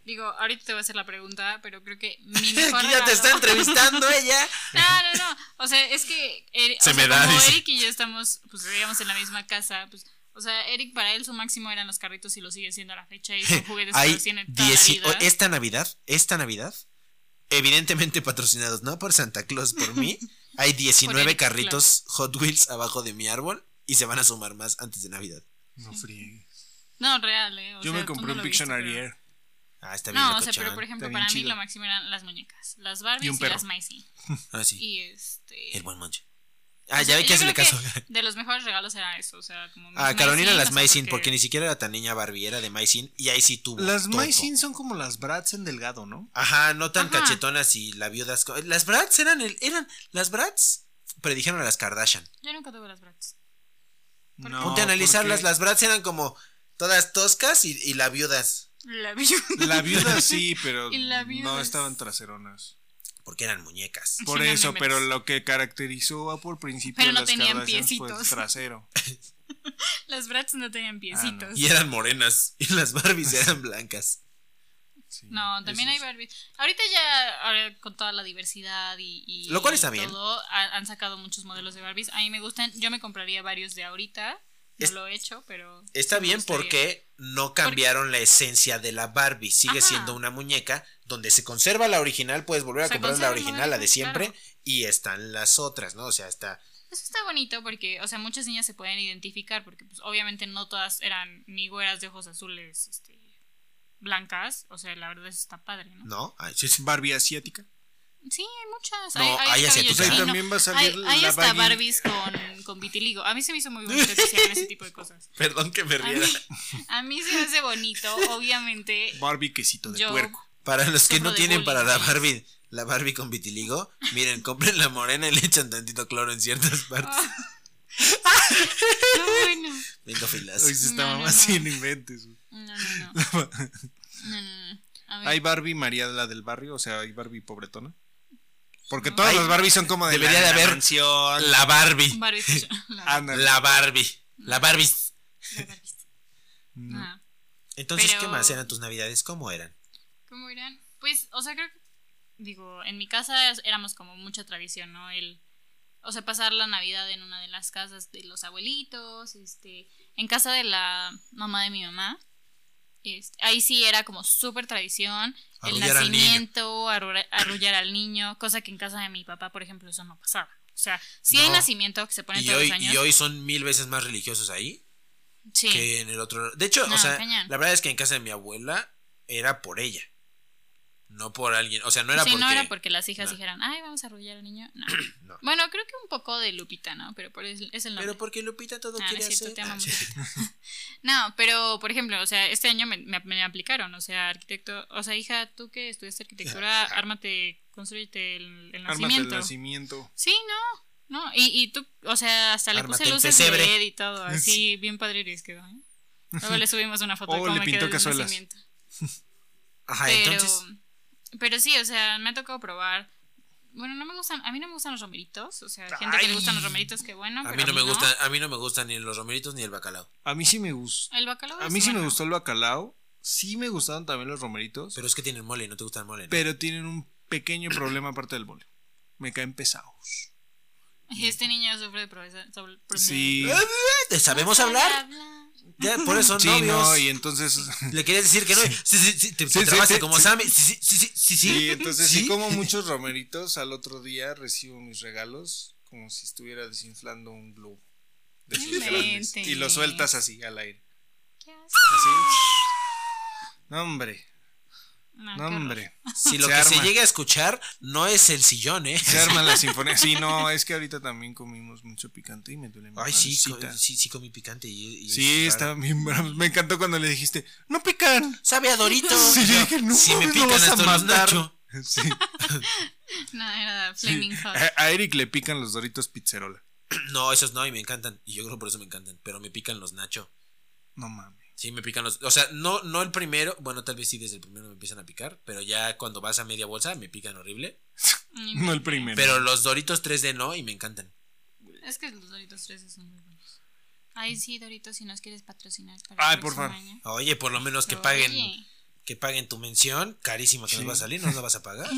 A: digo, ahorita te voy a hacer la pregunta, pero creo que mi mejor
D: Aquí ya te
A: regalo-
D: está entrevistando ella.
A: No, no, no. O sea, es que Eri- o
E: Se
A: sea,
E: me da,
A: como
E: dice.
A: Eric y yo estamos, pues vivíamos en la misma casa, pues, o sea, Eric para él su máximo eran los carritos y lo sigue siendo a la fecha y son juguetes que
D: Hay
A: los tiene toda la
D: 18
A: vida.
D: esta Navidad, esta Navidad, evidentemente patrocinados no por Santa Claus, por mí, hay 19
A: Eric,
D: carritos Hot Wheels abajo de mi árbol y se van a sumar más antes de Navidad.
B: No friegues.
A: No, real, eh. o
B: Yo
A: sea,
B: me
A: tú
B: compré
A: no
B: un
A: lo viste,
B: Pictionary
A: pero-
B: Air.
D: Ah, está bien
A: No, o sea,
D: locochón.
A: pero por ejemplo,
B: bien
A: para mí
B: chido.
A: lo máximo eran las muñecas, las Barbies
B: Y
A: y,
B: un perro.
A: las Maisie.
D: Ah, sí.
A: Y este.
D: El buen monche. Ah,
A: o
D: ya
A: sea,
D: ve
A: yo
D: que
A: creo
D: le caso.
A: De los mejores regalos era eso, o sea, como. mis
D: A Carolina
A: Maisin,
D: las
A: o sea,
D: Maisin, porque ni siquiera era tan niña Barbie, era de Maisin y ahí sí tuvo.
B: Las
D: todo.
B: Maisin son como las Bratz en delgado, ¿no?
D: Ajá, no tan
A: Ajá.
D: cachetonas y la viudas. co- Las Bratz eran el, eran, las Bratz predijeron a las Kardashian.
A: Yo nunca tuve las Bratz.
B: No,
D: Ponte a analizarlas,
B: porque
D: las Bratz eran como todas toscas y, y la viudas.
A: La viuda.
B: La viuda sí, pero
A: Y la viuda
B: no
A: es-
B: estaban traseronas.
D: Porque eran muñecas.
B: Por
A: no, no
B: eso,
A: inventes.
B: pero lo que caracterizó a por principio
A: Pero no
B: las
A: tenían
B: Kardashians fue el
A: piecitos.
B: trasero.
A: Las Bratz no tenían piecitos.
D: Ah, Y eran morenas. Y las Barbies eran blancas.
B: Sí,
A: No, también hay
B: eso es-
A: Barbie. Ahorita ya, ahora con toda la diversidad y, y
D: Lo cual está bien.
A: todo, ha- han sacado muchos modelos de Barbies. A mí me gustan, yo me compraría varios de ahorita. No
D: Es-
A: lo he hecho, pero.
D: Está
A: sí me
D: bien
A: gustaría.
D: porque no cambiaron la esencia de la Barbie. Sigue
A: Ajá.
D: siendo una muñeca donde se conserva la original. Puedes volver a
A: Se
D: comprar la
A: conserva la
D: original, la de
A: original,
D: siempre. Y están las otras, ¿no? O sea, está.
A: Eso Pues está bonito porque, o sea, muchas niñas se pueden identificar porque, pues, obviamente no todas eran ni güeras de ojos azules, este, blancas. O sea, la verdad eso está padre, ¿no?
D: ¿No? Ay, sí, sí.
B: Barbie asiática.
A: Sí, hay muchas.
D: No,
A: hay,
D: hay
A: hay, hasta
D: asiáticas.
B: O sea,
A: Barbie-
B: y
A: no,
B: también va a salir
A: hay- hay
B: la
A: hasta
B: Barbie-
A: Barbies con, con vitiligo. A mí se me hizo muy bonito que hicieran ese tipo de cosas.
D: Perdón que me
A: A
D: riera.
A: mí, a mí se me hace bonito, obviamente.
B: Barbie quesito de
A: Yo-
B: puerco.
D: Para los que
A: Sufro
D: no
A: de
D: tienen
A: bullying.
D: para la Barbie, la Barbie con vitiligo, miren, compren la morena y le echan tantito cloro en ciertas partes.
A: No, bueno.
D: Venga, filas.
B: Hoy se
A: No,
B: está
A: no,
B: mamá
A: no.
B: así, no inventes. güey.
A: No, no, no. No, no, no. A ver,
B: Hay Barbie María la del barrio, o sea, hay Barbie pobretona. Porque
A: No.
B: todas
D: Hay-
B: las Barbies son como de
D: debería de
B: la,
D: haber-
B: mansión.
D: La Barbie.
A: Barbie Fashion.
B: Ah,
A: La-
B: Ándale.
D: La Barbie.
A: Mm.
D: La Barbie.
A: la Barbie.
B: No.
A: Ah,
D: Entonces,
A: Pero-
D: ¿qué más eran tus navidades? ¿Cómo eran?
A: ¿Cómo irán? Pues, o sea, creo que. Digo, en mi casa es- éramos como mucha tradición, ¿no? El. O sea, pasar la Navidad en una de las casas de los abuelitos, este. En casa de la mamá de mi mamá. Este, ahí sí era como súper tradición. El
D: Arrullar al niño.
A: nacimiento, arru- arrullar al niño, cosa que en casa de mi papá, por ejemplo, eso no pasaba. O sea, sí hay
D: No.
A: nacimiento que se pone
D: Y
A: todos
D: hoy,
A: los años.
D: y hoy son mil veces más religiosos ahí
A: sí.
D: que en el otro. De hecho, o
A: No,
D: sea,
A: cañón.
D: la verdad es que en casa de mi abuela era por ella. No por alguien. O sea, no era
A: sí,
D: porque.
A: no era porque las hijas
D: no.
A: dijeran, ay, vamos a arrullar al niño. No.
D: No.
A: Bueno, creo que un poco de Lupita, ¿no? Pero por es, es el nombre.
D: Pero porque Lupita todo
A: Ah, no
D: quiere
A: es cierto,
D: hacer.
A: te amo
D: Ah,
A: mucho,
D: sí.
A: No, pero por ejemplo, o sea, este año me, me- me aplicaron, o sea, arquitecto, o sea, hija, tú que estudiaste arquitectura,
D: Ah,
A: ármate, construyete el, el
B: Ármate el
A: nacimiento.
B: nacimiento.
A: Sí, no, no, y, y tú, o sea, hasta le
D: Ármate
A: puse
D: el
A: luces
D: pesebre.
A: LED y todo, así, bien padre les quedó, ¿eh? Luego le subimos una foto
B: Oh,
A: de cómo
B: le
A: me
B: pintó
A: quedó el
B: cazuelas.
A: nacimiento.
D: Ah, Ajá,
A: pero,
D: entonces.
A: pero sí, o sea, me ha tocado probar. Bueno, no me gustan, a mí no me gustan los romeritos, o sea, hay gente que le gustan los romeritos, qué bueno,
D: A
A: pero
D: mí no me gusta, a mí no me gustan ni los romeritos ni el bacalao.
B: A mí sí me gusta.
A: El bacalao
B: A
A: es
B: mí sí me
A: bueno.
B: gustó el bacalao. Sí me gustaron también los romeritos. Pero,
D: Pero es que tienen mole y no te gusta el mole. ¿no?
B: tienen un pequeño problema aparte del mole. Me caen pesados.
A: Este niño sufre de pobreza. sobre-
B: Sí.
D: Eh, ¿Te sabemos hablar?
A: Habla.
D: Ya, por eso
B: Sí,
D: novios.
B: no, y entonces.
D: Le querías decir que no. Sí, sí, sí, te, te
B: Sí, sí,
D: trabaste
B: sí,
D: como
B: sí.
D: Sammy. Sí, sí, sí, sí, sí, sí.
B: Sí, entonces
D: Sí.
B: sí como muchos romeritos. Al otro día recibo mis regalos como si estuviera desinflando un globo. de esos
A: No
B: grandes.
A: inventes.
B: Y lo sueltas así al aire.
A: ¿Qué haces?
B: Así. No, hombre.
D: Ah,
A: No,
B: No,
A: qué
B: hombre.
D: Si lo
B: Se
D: que se
B: arma.
D: llega a escuchar no es el sillón, ¿eh?
B: Se arma la sinfonía. Sí, no, es que ahorita también comimos mucho picante y me duele mi
D: Ay, sí, co-
B: pancita.
D: sí, sí, comí picante. Y, y-
B: Sí, está bien bravo. Me encantó cuando le dijiste, no pican.
D: Sabe a Dorito.
B: Sí, yo dije, no,
D: si me
B: mames,
D: pican
B: lo vas a
D: hasta los
B: matar.
D: nacho.
B: Sí.
A: horror. No, era Flaming Hot.
B: A, a Eric le pican los doritos pizzerola.
D: No, esos no, y me encantan. Y yo creo que por eso me encantan. Pero me pican los nacho.
B: No mames.
D: Sí, me pican los. O sea, no, no el primero. Bueno, tal vez sí desde el primero me empiezan a picar. Pero ya cuando vas a media bolsa me pican horrible.
A: Ni-
B: No el primero.
D: Pero los Doritos 3D no, y me encantan.
A: Es que los Doritos 13 son muy buenos. Ay, sí, Doritos, si nos quieres patrocinar. Para
B: Ay,
A: el
B: por
A: próximo
B: favor.
A: año.
D: Oye, por lo menos que paguen.
A: Oye.
D: Que paguen tu mención. Carísima que
B: Sí.
D: nos va a salir, no nos la vas a pagar.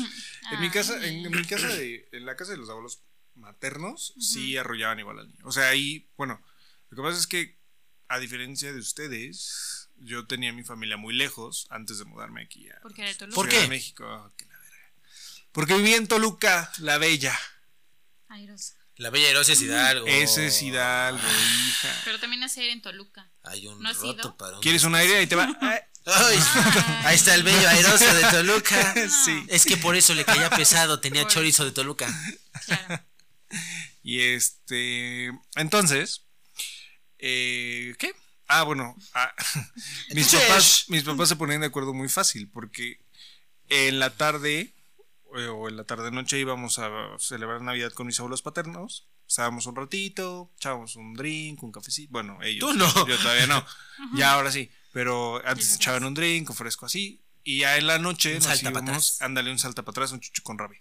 B: En mi casa,
A: Ay.
B: en, en mi casa de, en la casa de los abuelos maternos, sí arrollaban igual al niño. O sea, ahí, bueno, lo que pasa es que, a diferencia de ustedes, yo tenía a mi familia muy lejos antes de mudarme aquí a
A: Porque era de Toluca.
D: ¿Por
B: Ciudad
D: qué?
B: de México. Ah, que la verga. Porque vivía en Toluca, la bella.
A: Ay, Rosa.
D: La Bella Herosa es Hidalgo.
B: Ese
D: Oh.
B: es Hidalgo, hija.
A: Pero también hace ir en Toluca.
D: Hay un
A: ¿No has
D: roto
A: ido?
D: para un.
B: ¿Quieres un aire? Ahí te va. Ay,
D: ¡Ay! Ahí está el bello airoso de Toluca.
B: sí.
D: Es que por eso le caía pesado, tenía
A: Por-
D: chorizo de Toluca.
A: Claro.
B: Y este. Entonces. eh, ¿Qué? Ah, bueno. ah, mis,
D: Entonces-
B: papás, mis papás se ponían de acuerdo muy fácil porque en la tarde eh, o en la tarde-noche íbamos a celebrar Navidad con mis abuelos paternos. Estábamos un ratito, echábamos un drink, un cafecito. Bueno, ellos.
D: Tú no.
B: Yo todavía no. ya ahora sí. Pero antes echaban un drink, un fresco así. Y ya en la noche
D: Un
B: nos
D: salta pa'
B: íbamos.
D: atrás.
B: Ándale, un salta para atrás, un chucho con rabia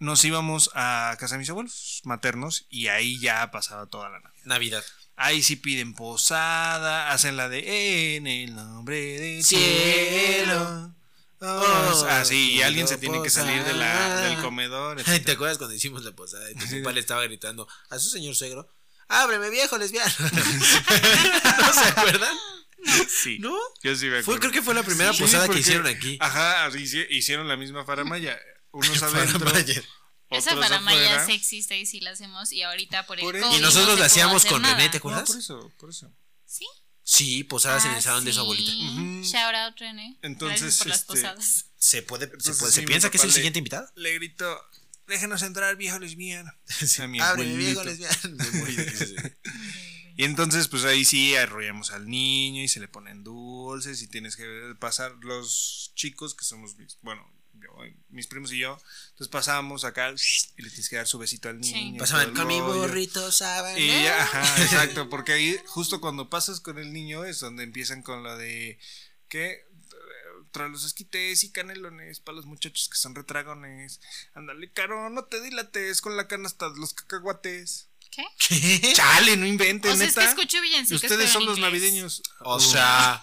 B: nos íbamos a casa de mis abuelos maternos y ahí ya pasaba toda la Navidad.
D: Navidad.
B: Ahí sí piden posada, hacen la de en el nombre del cielo.
D: Cielo.
B: Oh, así, y
D: quiero
B: alguien se tiene que salir de la,
D: posada.
B: del comedor.
D: Ay,
B: etc.
D: ¿Te acuerdas cuando hicimos la posada? Y tu papá le estaba gritando a su señor suegro: ¡Ábreme, viejo lesbiano! ¿No se acuerdan?
B: Sí,
D: ¿No?
B: yo sí me
D: Fue,
B: acuerdo.
D: creo que fue la primera
B: Sí,
D: posada que
B: porque- Ah,
D: hicieron aquí.
B: Ajá, hici- hicieron la misma faramaya. Unos adentro,
D: Faramaya.
A: Esa
B: otros
A: faramaya
B: afuera.
A: sí existe y sí la hacemos. Y ahorita por el
B: Por eso.
A: COVID
B: Y
A: no se
D: nosotros la
A: pudo
D: hacíamos
A: hacer
D: con
A: nada.
D: René, ¿te acuerdas?
B: No, por eso, por eso.
A: Sí.
D: Sí, posadas en el
A: Ah,
D: salón de su
A: sí.
D: abuelita.
B: Ujú.
A: Shout out, René.
B: Entonces,
A: Gracias por las
B: este,
A: posadas.
D: ¿Se puede, se,
B: Entonces,
D: puede-
B: sí,
D: ¿se
B: mi
D: piensa que es
B: papá
D: el
B: le-
D: siguiente invitado?
B: Le gritó, déjenos entrar, viejo lesbiano. A mi
D: Ábreme, viejo
B: abuelito.
D: lesbiano. Me morí de risa.
B: Y entonces, pues ahí sí arrollamos al niño y se le ponen dulces y tienes que pasar los chicos que somos, mis- bueno, yo, mis primos y yo, entonces pasamos acá y le tienes que dar su besito al
A: Sí.
B: niño. y
D: Pasaban
B: todo
D: con
B: el
D: mi
B: rollo".
D: burrito sábana.
B: Y ya, ajá, exacto, porque ahí justo cuando pasas con el niño es donde empiezan con la de que tras los esquites y canelones para los muchachos que son retragones. Ándale, caro, no te dilates con la canasta de los cacahuates.
A: ¿Qué?
D: ¿Qué?
B: Chale, no inventes,
A: O sea, es
B: neta.
A: que escucho villancicos. pero
B: Ustedes
A: en
B: son los
A: inglés.
B: navideños.
D: O sea,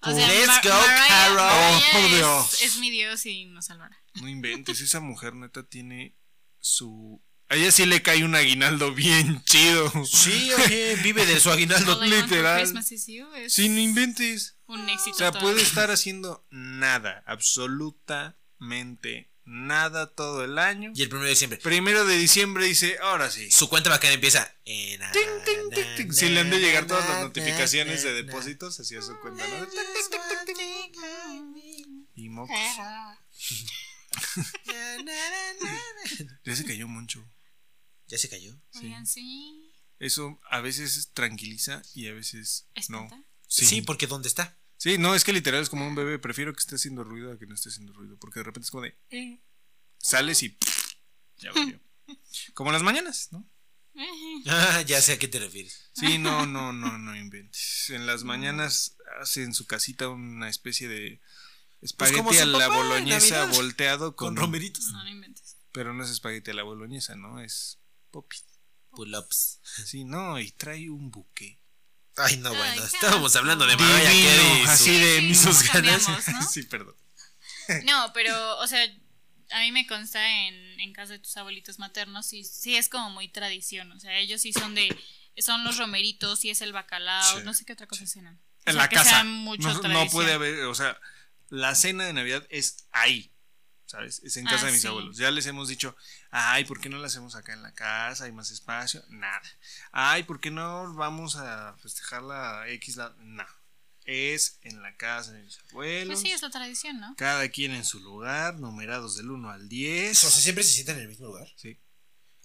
A: O sea,
D: Pues Let's
A: Mar-
D: go,
A: Mariah-
D: Carol.
A: Mariah
B: Oh, por
A: es-
B: Dios.
A: Es mi Dios y nos salvará.
B: No inventes, esa mujer neta tiene su... A ella sí le cae un aguinaldo bien chido.
D: sí, oye, vive de su aguinaldo.
A: All I Want for
B: literal.
A: Christmas is You es
B: Sí, no inventes.
A: un éxito.
B: O sea,
A: total.
B: puede estar haciendo nada, absolutamente nada todo el año.
D: Y el primero de diciembre.
B: Primero de diciembre dice, ahora sí.
D: Su cuenta bancaria empieza. en-
B: Ting, ting, ting, ting. Si le han de llegar todas las notificaciones de depósitos, así a su cuenta. ¿no? Tic, tic, tic, tic, tic. Y mocos. Ya se cayó mucho.
D: Ya se cayó.
A: Oigan, sí.
B: Eso a veces tranquiliza y a veces no.
A: ¿Espanta?
D: Sí. porque ¿dónde está?
B: Sí, no, es que literal es como un bebé. Prefiero que esté haciendo ruido a que no esté haciendo ruido. Porque de repente es como de. eh, Sales y. Ya valió. Como las mañanas, ¿no?
A: Ujú.
D: Ah, ya sé a qué te refieres.
B: Sí, no, no, no, no inventes. En las mañanas hace en su casita una especie de espagueti
D: Pues como su
B: a la
D: papá en
B: boloñesa
D: Navidad.
B: volteado con,
D: Con romeritos.
A: No, no inventes.
B: Pero no es espagueti a la boloñesa, ¿no? Es popi.
D: Pull-ups.
B: Sí, no, y trae un buque.
D: Ay, no,
A: Ay,
D: bueno.
A: qué
D: Estábamos
A: asco.
D: hablando de Mariah Carey. y su-
B: así de
A: Sí,
B: mis
A: ¿cómo
B: ganas.
A: cambiamos, no?
B: Sí, perdón. Eh.
A: No, pero, o sea, a mí me consta en, en casa de tus abuelitos maternos, sí, sí es como muy tradición. O sea, ellos sí son de. Son los romeritos, sí es el bacalao,
B: Sí,
A: no sé qué otra cosa cenan. O
B: En
A: sea,
B: la
A: que
B: casa.
A: sea mucho
B: No, no
A: tradición.
B: puede haber, o sea, la cena de Navidad es ahí, ¿sabes? Es en casa
A: Ah,
B: de mis
A: sí.
B: abuelos. Ya les hemos dicho, ay, ¿por qué no la hacemos acá en la casa? Hay más espacio. Nada. Ay, ¿por qué no vamos a festejar la X? La... No. Es en la casa de mis abuelos.
A: Pues sí, es la tradición, ¿no?
B: Cada quien en su lugar, numerados del 1 al
D: O sea,
B: 10.
D: siempre se sientan en el mismo lugar.
B: Sí.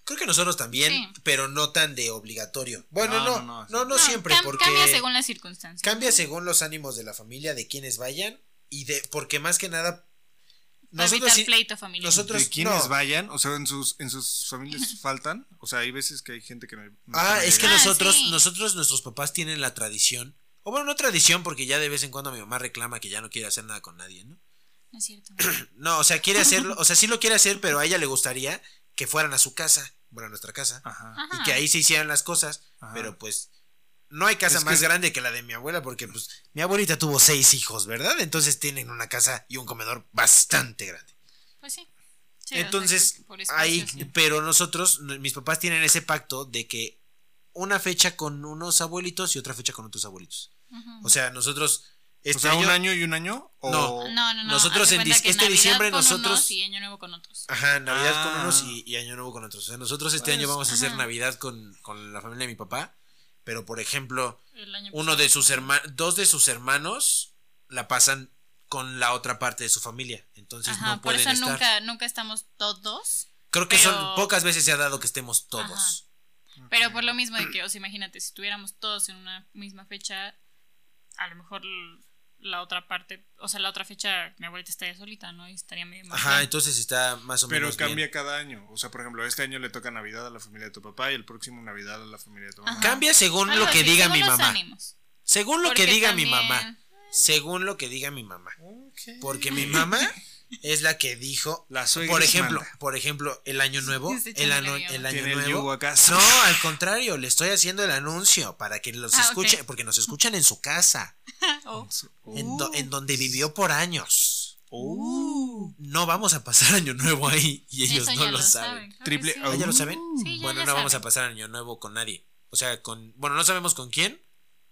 D: Creo que nosotros también,
A: Sí.
D: pero no tan de obligatorio. Bueno,
B: No, no,
D: no,
B: no,
D: no,
B: sí.
D: no,
B: No,
D: siempre,
A: cam-
D: porque
A: Cambia según las circunstancias.
D: cambia según los ánimos de la familia, de quienes vayan y de porque más que nada
A: Para
D: Nosotros
A: evitar
D: sí-
A: pleito familiar.
D: Nosotros
B: ¿De quienes
D: no.
B: vayan? O sea, en sus, en sus familias faltan. O sea, hay veces que hay gente que no. no
D: Ah,
B: puede
D: es que
A: Ah,
B: llegar.
D: nosotros,
A: sí.
D: nosotros, nuestros papás tienen la tradición. O bueno, no tradición, porque ya de vez en cuando mi mamá reclama que ya no quiere hacer nada con nadie, ¿no?
A: No es cierto.
D: No, o sea, quiere hacerlo, o sea, sí lo quiere hacer, pero a ella le gustaría que fueran a su casa, bueno, a nuestra casa,
B: Ajá.
A: Ajá.
D: y que ahí se hicieran las cosas,
B: Ajá.
D: pero pues no hay casa
B: Es que
D: más
B: es-
D: grande que la de mi abuela, porque pues mi abuelita tuvo seis hijos, ¿verdad? Entonces tienen una casa y un comedor bastante grande.
A: Pues sí. Sí, o sea,
D: Entonces,
A: que por
D: ahí,
A: espacios.
D: pero nosotros, n- mis papás tienen ese pacto de que una fecha con unos abuelitos y otra fecha con otros abuelitos.
A: Ujú.
D: O sea, nosotros. Este
B: O sea, un
D: año-
B: año y un año. O...
D: No.
A: no, no, no.
D: nosotros
A: haz de
D: en
A: cuenta
D: dis-
A: que
D: este
A: Navidad
D: diciembre
A: con
D: nosotros-
A: unos y Año Nuevo con otros.
D: Ajá, Navidad con
B: Ah.
D: unos y, y Año Nuevo con otros. O sea, nosotros este año
B: Pues,
D: vamos a hacer
A: ajá.
D: Navidad con, con la familia de mi papá. Pero, por ejemplo,
A: El año
D: uno de sus
A: pasado.
D: hermanos, dos de sus hermanos la pasan con la otra parte de su familia. Entonces
A: Ajá,
D: no
A: por
D: pueden
A: eso
D: estar.
A: nunca, nunca estamos todos.
D: Creo que son
A: pero-
D: pocas veces se ha dado que estemos todos.
A: Pero por lo mismo de que, o sea, imagínate, si estuviéramos todos en una misma fecha, a lo mejor l- la otra parte, o sea, la otra fecha mi abuelita estaría solita, ¿no? Y estaría medio mal.
D: Ajá, entonces está más o
B: Pero
D: menos.
B: cambia
D: bien.
B: cada año. O sea, por ejemplo, este año le toca Navidad a la familia de tu papá y el próximo Navidad a la familia de tu mamá.
A: Ajá.
D: Cambia según
A: Algo
D: lo que
A: así,
D: diga
A: según
D: mi
A: los
D: mamá.
A: ánimos.
D: Según lo que
A: Porque
D: diga mi
A: también-
D: mamá. Según lo que diga mi mamá. Porque mi mamá es la que dijo.
B: La suegra
D: por
B: es
D: ejemplo,
B: manda.
D: por ejemplo, el año nuevo,
A: Está
D: el
A: echando
D: año,
A: la llama.
D: el año
B: Tiene el yugo
D: nuevo.
B: acá.
D: No, al contrario, le estoy haciendo el anuncio para que los
A: Ah,
D: escuchen,
A: ok.
D: porque nos escuchan en su casa,
A: Oh.
D: en, do- en donde vivió por años.
B: Oh.
A: Uh.
D: No vamos a pasar año nuevo ahí y ellos
A: Eso
D: no
A: ya
D: lo, saben.
A: claro que
B: Triple
A: sí.
B: O.
D: ¿Ah, ya lo saben?
A: Sí, ya-
D: bueno,
A: ya
D: no vamos a
A: saben.
D: pasar año nuevo con nadie. O sea, con bueno, no sabemos con quién.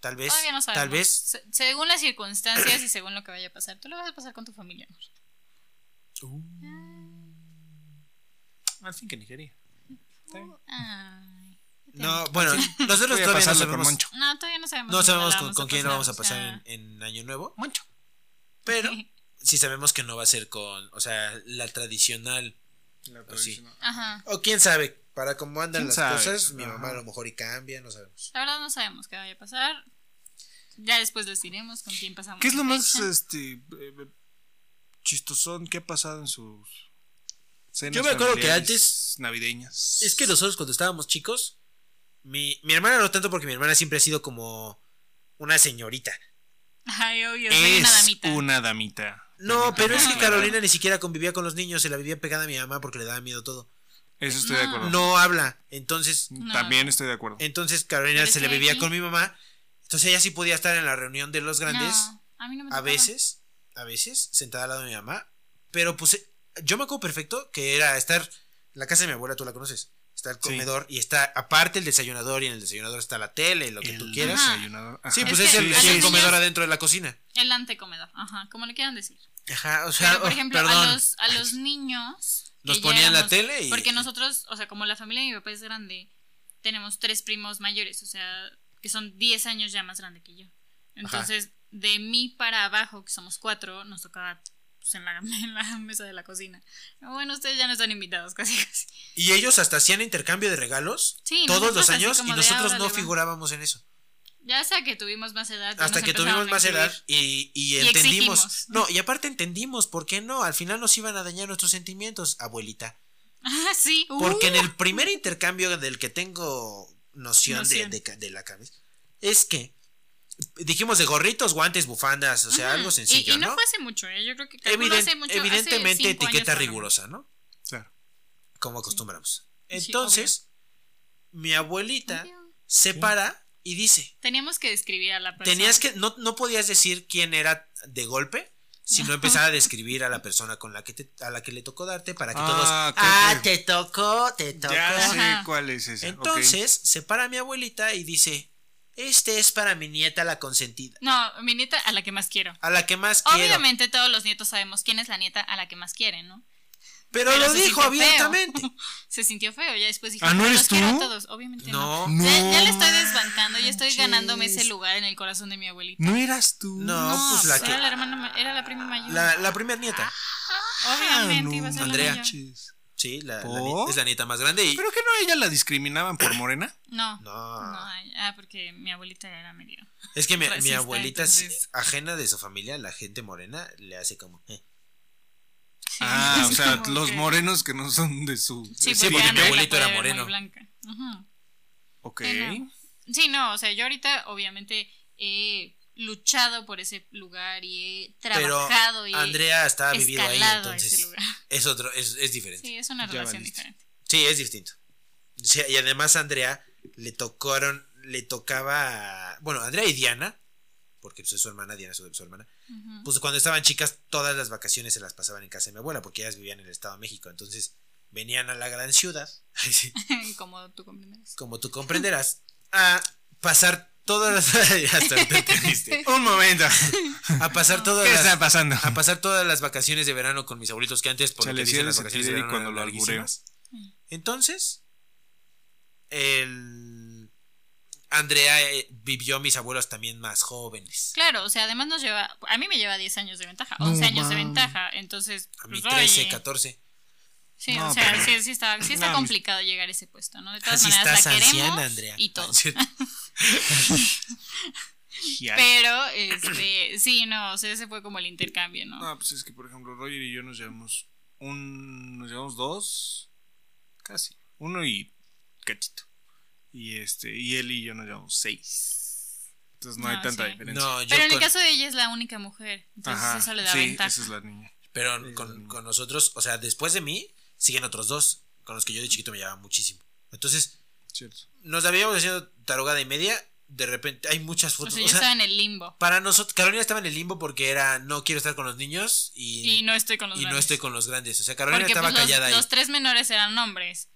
D: Tal vez,
A: Todavía no sabemos.
D: tal vez
A: Se- según las circunstancias y según lo que vaya a pasar, tú lo vas a pasar con tu familia. amor.
B: Al fin que Nigeria.
A: Ay.
D: No, bueno, nosotros
B: Voy a
D: todavía no
B: pasarlo con
D: sabemos.
B: Moncho.
A: No, todavía no sabemos.
D: No
A: en dónde
D: sabemos
A: la
D: con,
A: vamos
D: con quién lo vamos a
A: o
D: pasar
A: sea.
D: en, en Año Nuevo. Moncho. Pero sí sabemos que no va a ser con, o sea, la tradicional.
B: La
D: Pues sí.
B: tradicional.
A: Ajá.
D: O quién sabe, para cómo andan
B: ¿Quién
D: las
B: sabe?
D: cosas, mi
B: Ajá.
D: mamá a lo mejor y cambia, no sabemos.
A: La verdad no sabemos qué vaya a pasar. Ya después les diremos con quién pasamos.
B: ¿Qué es lo
A: la
B: más
A: fecha.
B: este eh, chistosón que ha pasado en sus cenas
D: Yo me acuerdo que
B: familiares
D: antes-
B: navideñas?
D: Es que nosotros cuando estábamos chicos, mi, mi hermana no tanto porque mi hermana siempre ha sido como una señorita.
A: Ay, obvio, soy una
B: es
A: damita.
B: una damita.
D: No,
B: Permítame
D: pero es que
B: aclarar.
D: Carolina ni siquiera convivía con los niños, se la vivía pegada a mi mamá porque le daba miedo todo.
B: Eso estoy
D: Ah.
B: de acuerdo.
D: No Eh, habla, entonces
A: No.
B: También estoy de acuerdo.
D: Entonces Carolina
A: Pero
D: se
A: es
D: le
A: que
D: vivía
A: aquí-
D: con mi mamá. Entonces ella sí podía estar en la reunión de los grandes.
A: No, a mí no me
D: A
A: tocaba.
D: veces, a veces, sentada al lado de mi mamá. Pero pues eh, yo me acuerdo perfecto que era estar. La casa de mi abuela, tú la conoces. Está el
B: Sí.
D: comedor y está aparte el desayunador. Y en el desayunador está la tele y lo que tú
B: El
D: quieras.
A: Ajá.
B: desayunador. Ajá.
D: Sí, pues
A: Es
D: es,
A: que
D: el,
A: a
D: es el
A: los
D: comedor
A: niños-
D: adentro de la cocina.
A: El antecomedor, ajá, como le quieran decir.
D: Ajá, o sea,
A: Pero, por
D: oh,
A: ejemplo,
D: perdón.
A: a los, a los niños. que
D: Nos
A: ya
D: ponían la
A: éramos-
D: tele y-
A: Porque nosotros, o sea, como la familia de mi papá es grande, tenemos tres primos mayores, o sea, que son 10 años ya más grande que yo. Entonces, de mí para abajo, que somos cuatro, nos tocaba pues, en, la, en la mesa de la cocina. Bueno, ustedes ya no están invitados, casi casi.
D: Y ellos hasta hacían intercambio de regalos
A: Sí,
D: todos
A: nosotros
D: los
A: así
D: años y
A: como de,
D: nosotros
A: "Ah,
D: no
A: órale, va".
D: figurábamos en eso.
A: Ya hasta que tuvimos más edad. ya
D: hasta
A: nos
D: que tuvimos
A: empezaron a
D: más edad
A: exhibir.
D: y, y
A: Y
D: entendimos.
A: exigimos.
D: No, y aparte entendimos por qué no. Al final nos iban a dañar nuestros sentimientos, abuelita.
A: Ah, sí. uh,
D: Porque en el primer intercambio del que tengo noción, de-
A: Noción.
D: De, ca- de la cabeza, es que dijimos de gorritos, guantes, bufandas, o sea,
A: Uh, ajá.
D: algo sencillo,
A: Y, y no,
D: ¿no?
A: fue hace mucho, ¿eh? Yo creo que calculo
D: Eviden-
A: hace mucho, hace
D: evidentemente
A: cinco años
D: etiqueta
A: por lo menos.
D: rigurosa, ¿no?
B: Claro.
D: Como acostumbramos.
A: Sí,
D: Entonces, mi abuelita se para y dice,
A: Teníamos que describir a la persona.
D: Tenías que, no, no podías decir quién era de golpe, sino empezar a describir a la persona con la que te, a la que le tocó darte para que
B: Ah,
D: todos.
B: creo
D: Ah,
B: que-
D: te tocó, te tocó.
B: Ya
A: Ajá.
B: sé cuál es ese. ok.
D: Entonces, se para mi abuelita y dice: Este es para mi nieta la consentida.
A: No, mi nieta a la que más quiero.
D: A la que más quiero.
A: Obviamente todos los nietos sabemos quién es la nieta a la que más quieren, ¿no?
D: Pero,
A: Pero
D: lo
A: se
D: dijo
A: sintió
D: abiertamente.
A: feo. Se sintió feo, ya después dijo,
B: Ah, ¿no
A: "Los
B: eres tú?
A: quiero a todos, obviamente no.
D: No,
B: No
A: Ya, ya le estoy desbancando, ya estoy
D: manches.
A: ganándome ese lugar en el corazón de mi abuelita.
B: No eras tú.
D: no, pues la
A: Era la
D: que.
A: hermana, ma- era la prima mayor.
D: La, la primera nieta.
A: obviamente iba a ser
D: Andrea.
A: la mayor.
D: Sí, la, la
B: ¿Por?
D: ni- es la nieta más grande y.
B: Pero que no ella la discriminaban por morena.
A: No.
D: No.
A: No, ay, ah, porque mi abuelita era medio.
D: Es que mi, mi
A: Racista,
D: abuelita, sí,
A: entonces.
D: ajena de su familia, la gente morena, le hace como. "Eh".
B: Ah, o
A: es
B: sea,
A: como
B: los
A: que-
B: morenos que no son de su.
A: Sí,
E: Sí,
A: porque,
E: porque mi
A: Ana la
E: abuelito
A: puede
E: era
A: ver muy
E: moreno.
A: blanca. Ajá.
B: Ok.
A: Sí, no. Sí, no, o sea, yo ahorita obviamente he luchado por ese lugar y he
D: Pero
A: trabajado y he
D: Andrea está vivido ahí,
A: escalado a ese
D: entonces
A: lugar.
D: es otro, es, es diferente. Sí.
A: Sí, es una
B: Ya
A: relación
B: valiste.
A: diferente.
D: es distinto. O sea, y además a Andrea le tocaron, le tocaba, bueno, Andrea y Diana, porque pues, es su hermana, Diana es su, su hermana,
A: Ujú.
D: pues cuando estaban chicas todas las vacaciones se las pasaban en casa de mi abuela, porque ellas vivían en el Estado de México, entonces venían a la gran ciudad,
A: Como tú comprenderás.
D: como tú comprenderás, a pasar todas las... hasta ahorita entendiste.
B: Un momento.
D: A pasar todas
B: ¿Qué
D: las...
B: está pasando?
D: a pasar todas las vacaciones de verano con mis abuelitos que antes por lo
B: Chale,
D: que
B: sí eres
D: dicen, las vacaciones de
B: Santidad y
D: verano
B: cuando lo
D: eran
B: albureo.
D: larguísimas. Entonces, el Andrea eh, vivió mis abuelos también más jóvenes.
A: Claro, o sea, además nos lleva. A mí me lleva 10 años de ventaja, 11 años de ventaja. Entonces,
D: A mí
A: pues,
D: 13,
A: oye,
D: 14.
A: Sí,
B: No,
A: o sea,
B: pero-
A: sí, sí está, sí está
B: No,
A: complicado llegar a ese puesto, ¿no? De todas
D: Así
A: maneras,
D: Ah, estás
A: la queremos
D: anciana, Andrea.
A: y todo.
B: Ya.
A: Pero, este, sí, no, o sea, ese fue como el intercambio, ¿no?
B: No, pues es que, por ejemplo, Roger y yo nos llevamos un. Nos llevamos dos. Casi. Uno y cachito. Y este. Y él y yo nos llevamos seis. Entonces no,
A: No,
B: hay tanta
A: Ah, sí.
B: diferencia.
D: No, yo
A: Pero en el
D: con-
A: caso de ella es la única mujer, entonces
B: Ajá,
A: eso le da
B: sí,
A: ventaja.
B: Esa es la niña.
D: pero con, con nosotros, o sea, después de mí, siguen otros dos, con los que yo de chiquito me llevaba muchísimo. Entonces,
B: Cierto.
D: nos habíamos haciendo tarugada y media, de repente hay muchas
A: O
D: fotos.
A: sea, yo
D: Pues, o sea,
A: estaba en el limbo
D: para nosotros, Carolina estaba en el limbo porque era no quiero estar con los niños y,
A: y no estoy con los
D: y no
A: grandes.
D: estoy con los grandes. O sea, Carolina
A: Porque
D: estaba
A: pues, los,
D: callada ahí.
A: los tres menores eran hombres.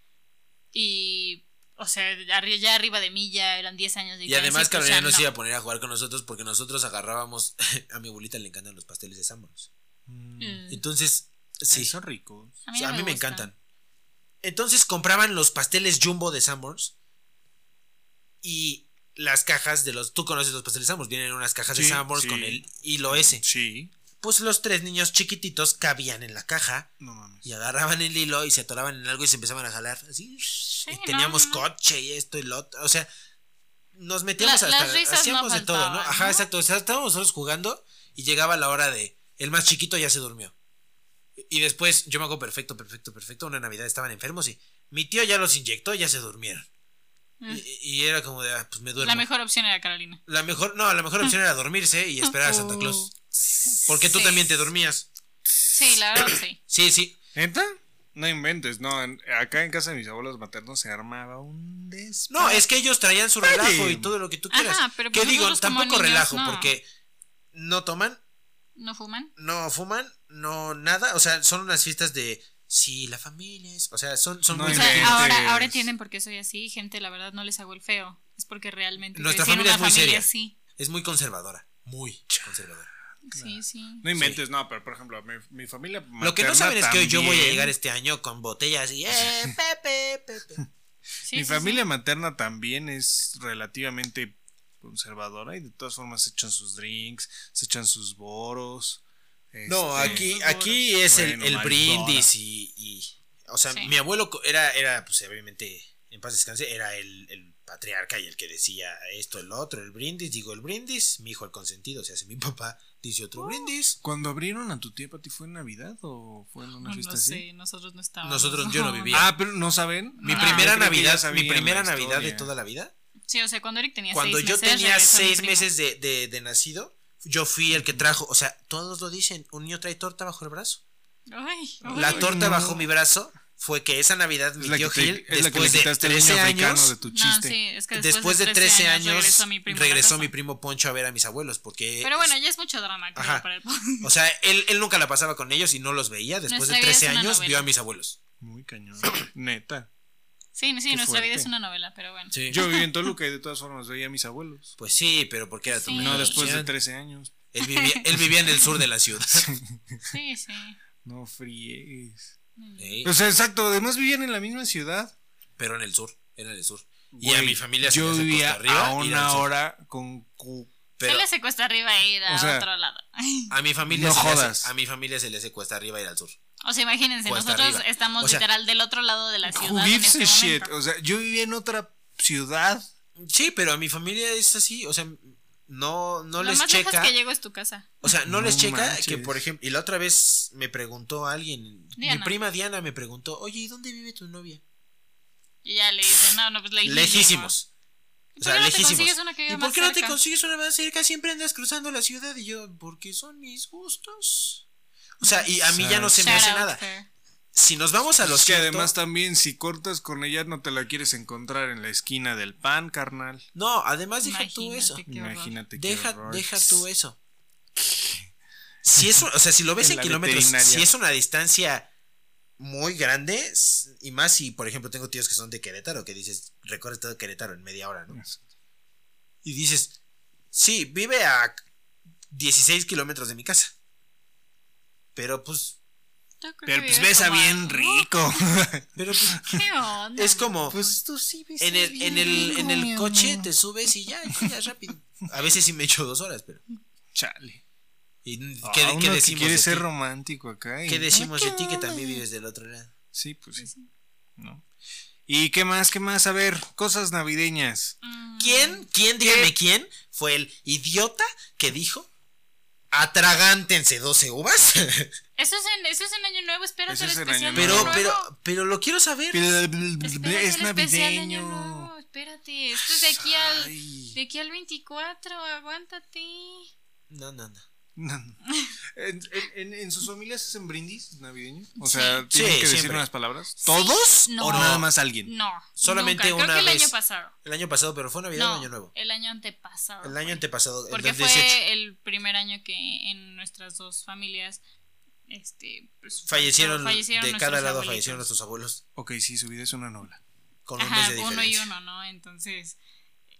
A: Y, o sea, arri- ya arriba de mí ya eran 10 años de
D: Y además
A: diferencia, pues,
D: Carolina
A: ya
D: no
A: no.
D: se iba a poner a jugar con nosotros porque nosotros agarrábamos, a mi abuelita le encantan los pasteles de Sámbaros.
A: Mm.
D: Entonces, sí,
B: Ay, eh, son ricos.
A: A
D: o sea, a
A: no
D: mí me,
A: gusta.
D: encantan. Entonces compraban los pasteles jumbo de Sanborns y las cajas de los... Tú conoces los pasteles Sanborns, vienen en unas cajas de
B: Sí,
D: Sanborns
B: sí.
D: con el hilo ese.
B: Sí.
D: Pues los tres niños chiquititos cabían en la caja
B: No mames.
D: y agarraban el hilo y se atoraban en algo y se empezaban a jalar. Así, y teníamos
A: no, no.
D: coche y esto y lo otro. O sea, nos metíamos
A: La-
D: hasta.
A: las risas no
D: hacíamos de todo, ¿no?
A: faltaban,
D: Ajá,
A: ¿no?
D: exacto. O sea, estábamos nosotros jugando y llegaba la hora de. El más chiquito ya se durmió. Y después, yo me hago perfecto, perfecto, perfecto. Una Navidad estaban enfermos y mi tío ya los inyectó, ya se durmieron.
A: Mm.
D: Y, y era como de, ah, pues me duermo.
A: La mejor opción era Carolina.
D: La mejor- no, la mejor opción era dormirse y esperar a Santa Claus. Porque tú
A: Sí.
D: también te dormías.
A: Sí, la verdad sí.
D: Sí, sí.
B: ¿Neta? No inventes, no. en- acá en casa de mis abuelos maternos se armaba un des.
D: No, es que ellos traían su relajo y todo lo que tú quieras.
A: Ah. Ajá, pero
D: ¿Qué
A: pues
D: digo?
A: nosotros como
D: Tampoco
A: niños,
D: relajo,
A: no.
D: porque no toman,
A: ¿No fuman?
D: no fuman, no nada. O sea, son unas fiestas de sí, la familia es. O sea, son, son
B: No
D: muy
A: O
B: inventes.
A: sea,
D: tranquilas.
A: ahora, ahora entienden por qué soy así, gente, la verdad no les hago el feo. Es porque realmente
D: Nuestra
A: crecí en
D: familia es
A: una
D: muy seria.
A: así.
D: Es muy conservadora. Muy conservadora.
A: Sí, sí.
B: No inventes, no, pero por ejemplo, mi, mi familia.
D: Lo que no saben es que hoy yo voy a
B: también-
D: llegar este año con botellas y eh, Pepe, Pepe.
A: Sí,
B: Mi
A: sí,
B: familia materna también es relativamente conservadora y de todas formas se echan sus drinks, se echan sus boros.
D: No,
B: este,
D: aquí, aquí es el,
B: Bueno,
D: el
B: Marisdora.
D: brindis y, y- O sea,
A: Sí.
D: mi abuelo co- era, era, pues obviamente, en paz descanse, era el, el patriarca y el que decía esto, el otro, el brindis. Digo, el brindis, mi hijo el consentido, o sea, si mi papá dice
A: Oh.
D: otro brindis.
B: Cuando abrieron a tu tía Pati, ¿fue en Navidad o fue en
A: sí.
B: una
A: No,
B: fiesta
A: no
B: así?
A: sé, nosotros no estábamos.
D: Nosotros, yo no vivía.
B: Ah, pero no saben.
A: Mi
D: Mi
A: Ah,
D: primera
B: Yo creo que ya
D: Navidad, mi
B: sabían
D: primera
B: la
D: Navidad de
B: historia.
D: toda la vida.
A: Sí, o sea, cuando Eric tenía
D: Cuando
A: seis
D: yo
A: meses.
D: tenía
A: regresó mi
D: seis
A: prima.
D: meses de, de- de nacido, yo fui el que trajo, o sea, todos lo dicen, un niño trae torta bajo el brajo
A: Ay, ay.
D: La torta
B: no.
D: bajo mi brazo fue que esa Navidad
B: Es
D: mi
B: la que,
D: tío
B: te-
D: Gil,
B: es la que le
D: después de
B: quitaste al niño
D: 13
B: africano
D: años,
B: de tu
A: No,
B: chiste.
A: sí, es que
D: después de 13 años regresó mi primo,
A: a la casa.
D: Poncho a ver a mis abuelos porque
A: Pero bueno, ya es mucho drama, creo,
D: Ajá.
A: para el
D: o sea, él, él nunca la pasaba con ellos y no los veía, después
A: Nuestra
D: de
A: vida es
D: 13
A: una
D: años
A: novela.
D: vio a mis abuelos.
B: Muy cañón. Neta.
A: Sí, sí,
B: Qué
A: nuestra vida
B: fuerte.
A: es una novela, pero bueno.
B: Yo viví en Toluca y de todas formas veía a mis abuelos.
D: Pues sí, pero porque era tu
A: Sí.
D: menor
B: No después de
D: opción.
B: 13 años.
D: él vivía, él vivía en el sur de la ciudad.
A: Sí, sí.
B: No fríes.
D: Ey,
B: O sea, exacto. Además vivían en la misma ciudad.
D: pero en el sur, era en el sur. y a
B: Güey,
D: mi familia se
B: Yo
D: fue
B: vivía
D: Costa Rica
B: a
D: y
B: una
D: al sur.
B: hora con cu-
A: Se
D: Pero
A: le secuestra arriba e ir a
B: O sea,
A: otro lado.
D: a mi familia
B: No
D: se le hace-
B: jodas.
D: a mi familia se le hace cuesta arriba ir al sur.
A: O sea, imagínense,
D: Cuesta
A: nosotros
D: arriba.
A: estamos
D: O sea,
A: literal del otro lado de la ciudad.
B: Who
A: en
B: gives
A: este
B: a shit?
A: momento.
B: O sea, yo vivía en otra ciudad.
D: Sí, pero a mi familia es así, o sea, no, no
A: Lo
D: les
A: más lejos
D: checa.
A: que llego es tu casa.
D: O sea, no,
B: No
D: les checa que,
B: manches.
D: por ejemplo, y la otra vez me preguntó alguien, mi
A: Diana.
D: prima Diana me preguntó, oye, ¿y dónde vive tu novia?
A: Y ya le dije, no, no, pues lejísimos.
D: Lejísimos.
A: ¿Y
D: O
A: por
D: sea,
A: qué no te
D: lejísimos.
A: consigues una que viva
D: ¿Y por
A: más
D: qué no te
A: cerca?
D: consigues una más cerca? Siempre andas cruzando la ciudad y yo, porque son mis gustos. O sea, y a mí ya no se me
A: Shout
D: hace
A: out,
D: nada.
A: Fer.
D: Si nos vamos a los
B: Es que
D: cierto-
B: además también si cortas con ella no te la quieres encontrar en la esquina del pan, carnal.
D: No, además deja tú
A: Imagínate.
D: eso.
A: Qué horror.
B: Imagínate qué
D: Deja,
B: horror.
D: deja tú eso. Si eso, o sea, si lo ves
B: En
D: en,
B: la
D: kilómetros,
B: veterinaria.
D: si es una distancia muy grande, s- y más si, por ejemplo, tengo tíos que son de Querétaro, que dices, recorre todo Querétaro en media hora, ¿no? Y dices, sí, vive a 16 kilómetros de mi casa. Pero pues,
A: Yo creo que
B: Pero pues
A: vives
B: besa
A: como a-
B: bien rico.
D: pero pues,
A: ¿Qué onda?
D: es como,
B: Pues tú sí besas
D: en el, en
B: bien
D: el,
B: rico,
D: en el
B: mi
D: coche
B: amor.
D: te subes y ya, ya rápido. A veces sí me echo dos horas, pero.
B: Chale.
D: ¿Y qué,
B: Ah,
D: qué
B: uno que
D: decimos?
B: quiere
D: de
B: ser
D: ti?
B: romántico acá. y-
D: ¿Qué decimos de ti que también vives del otro lado?
B: Sí, pues sí. ¿No? ¿Y qué más? ¿Qué más? A ver, cosas navideñas.
A: Mm,
D: ¿Quién? ¿Quién? Dígame quién fue el idiota que dijo atragántense 12 uvas.
A: Eso es, en, eso es en Año Nuevo, espérate
B: Eso
A: el
B: es en
A: especial de
B: Año
D: pero,
A: Año
B: Nuevo.
D: pero,
A: Nuevo.
D: pero lo quiero saber.
A: Espérate
B: Es
A: el especial de Año
B: navideño.
A: Nuevo, espérate. Esto es de aquí al,
B: Ay.
A: de aquí al 24, aguántate.
D: No, no, no.
B: No, no. ¿En, en- en- en sus familias hacen brindis navideños? O sea, ¿tienen
D: Sí,
B: que decir
D: siempre.
B: unas palabras?
D: ¿Todos?
A: No.
B: ¿O nada más alguien?
A: No.
D: Solamente
A: nunca.
D: una
A: Creo que el
D: vez.
A: año pasado.
D: El año pasado, pero fue Navidad
A: No,
D: o Año Nuevo.
A: el año antepasado.
D: El año antepasado, el
A: Porque
D: del 18.
A: fue el primer año que en nuestras dos familias este, pues,
D: Fallecieron,
A: fallecieron
D: de cada
A: nuestros
D: lado,
A: abuelitos.
D: fallecieron nuestros abuelos.
B: Ok, sí, su vida es una novela.
D: Con un mes
A: Ajá,
D: de
A: uno y
D: diferencia.
A: uno, ¿no? Entonces,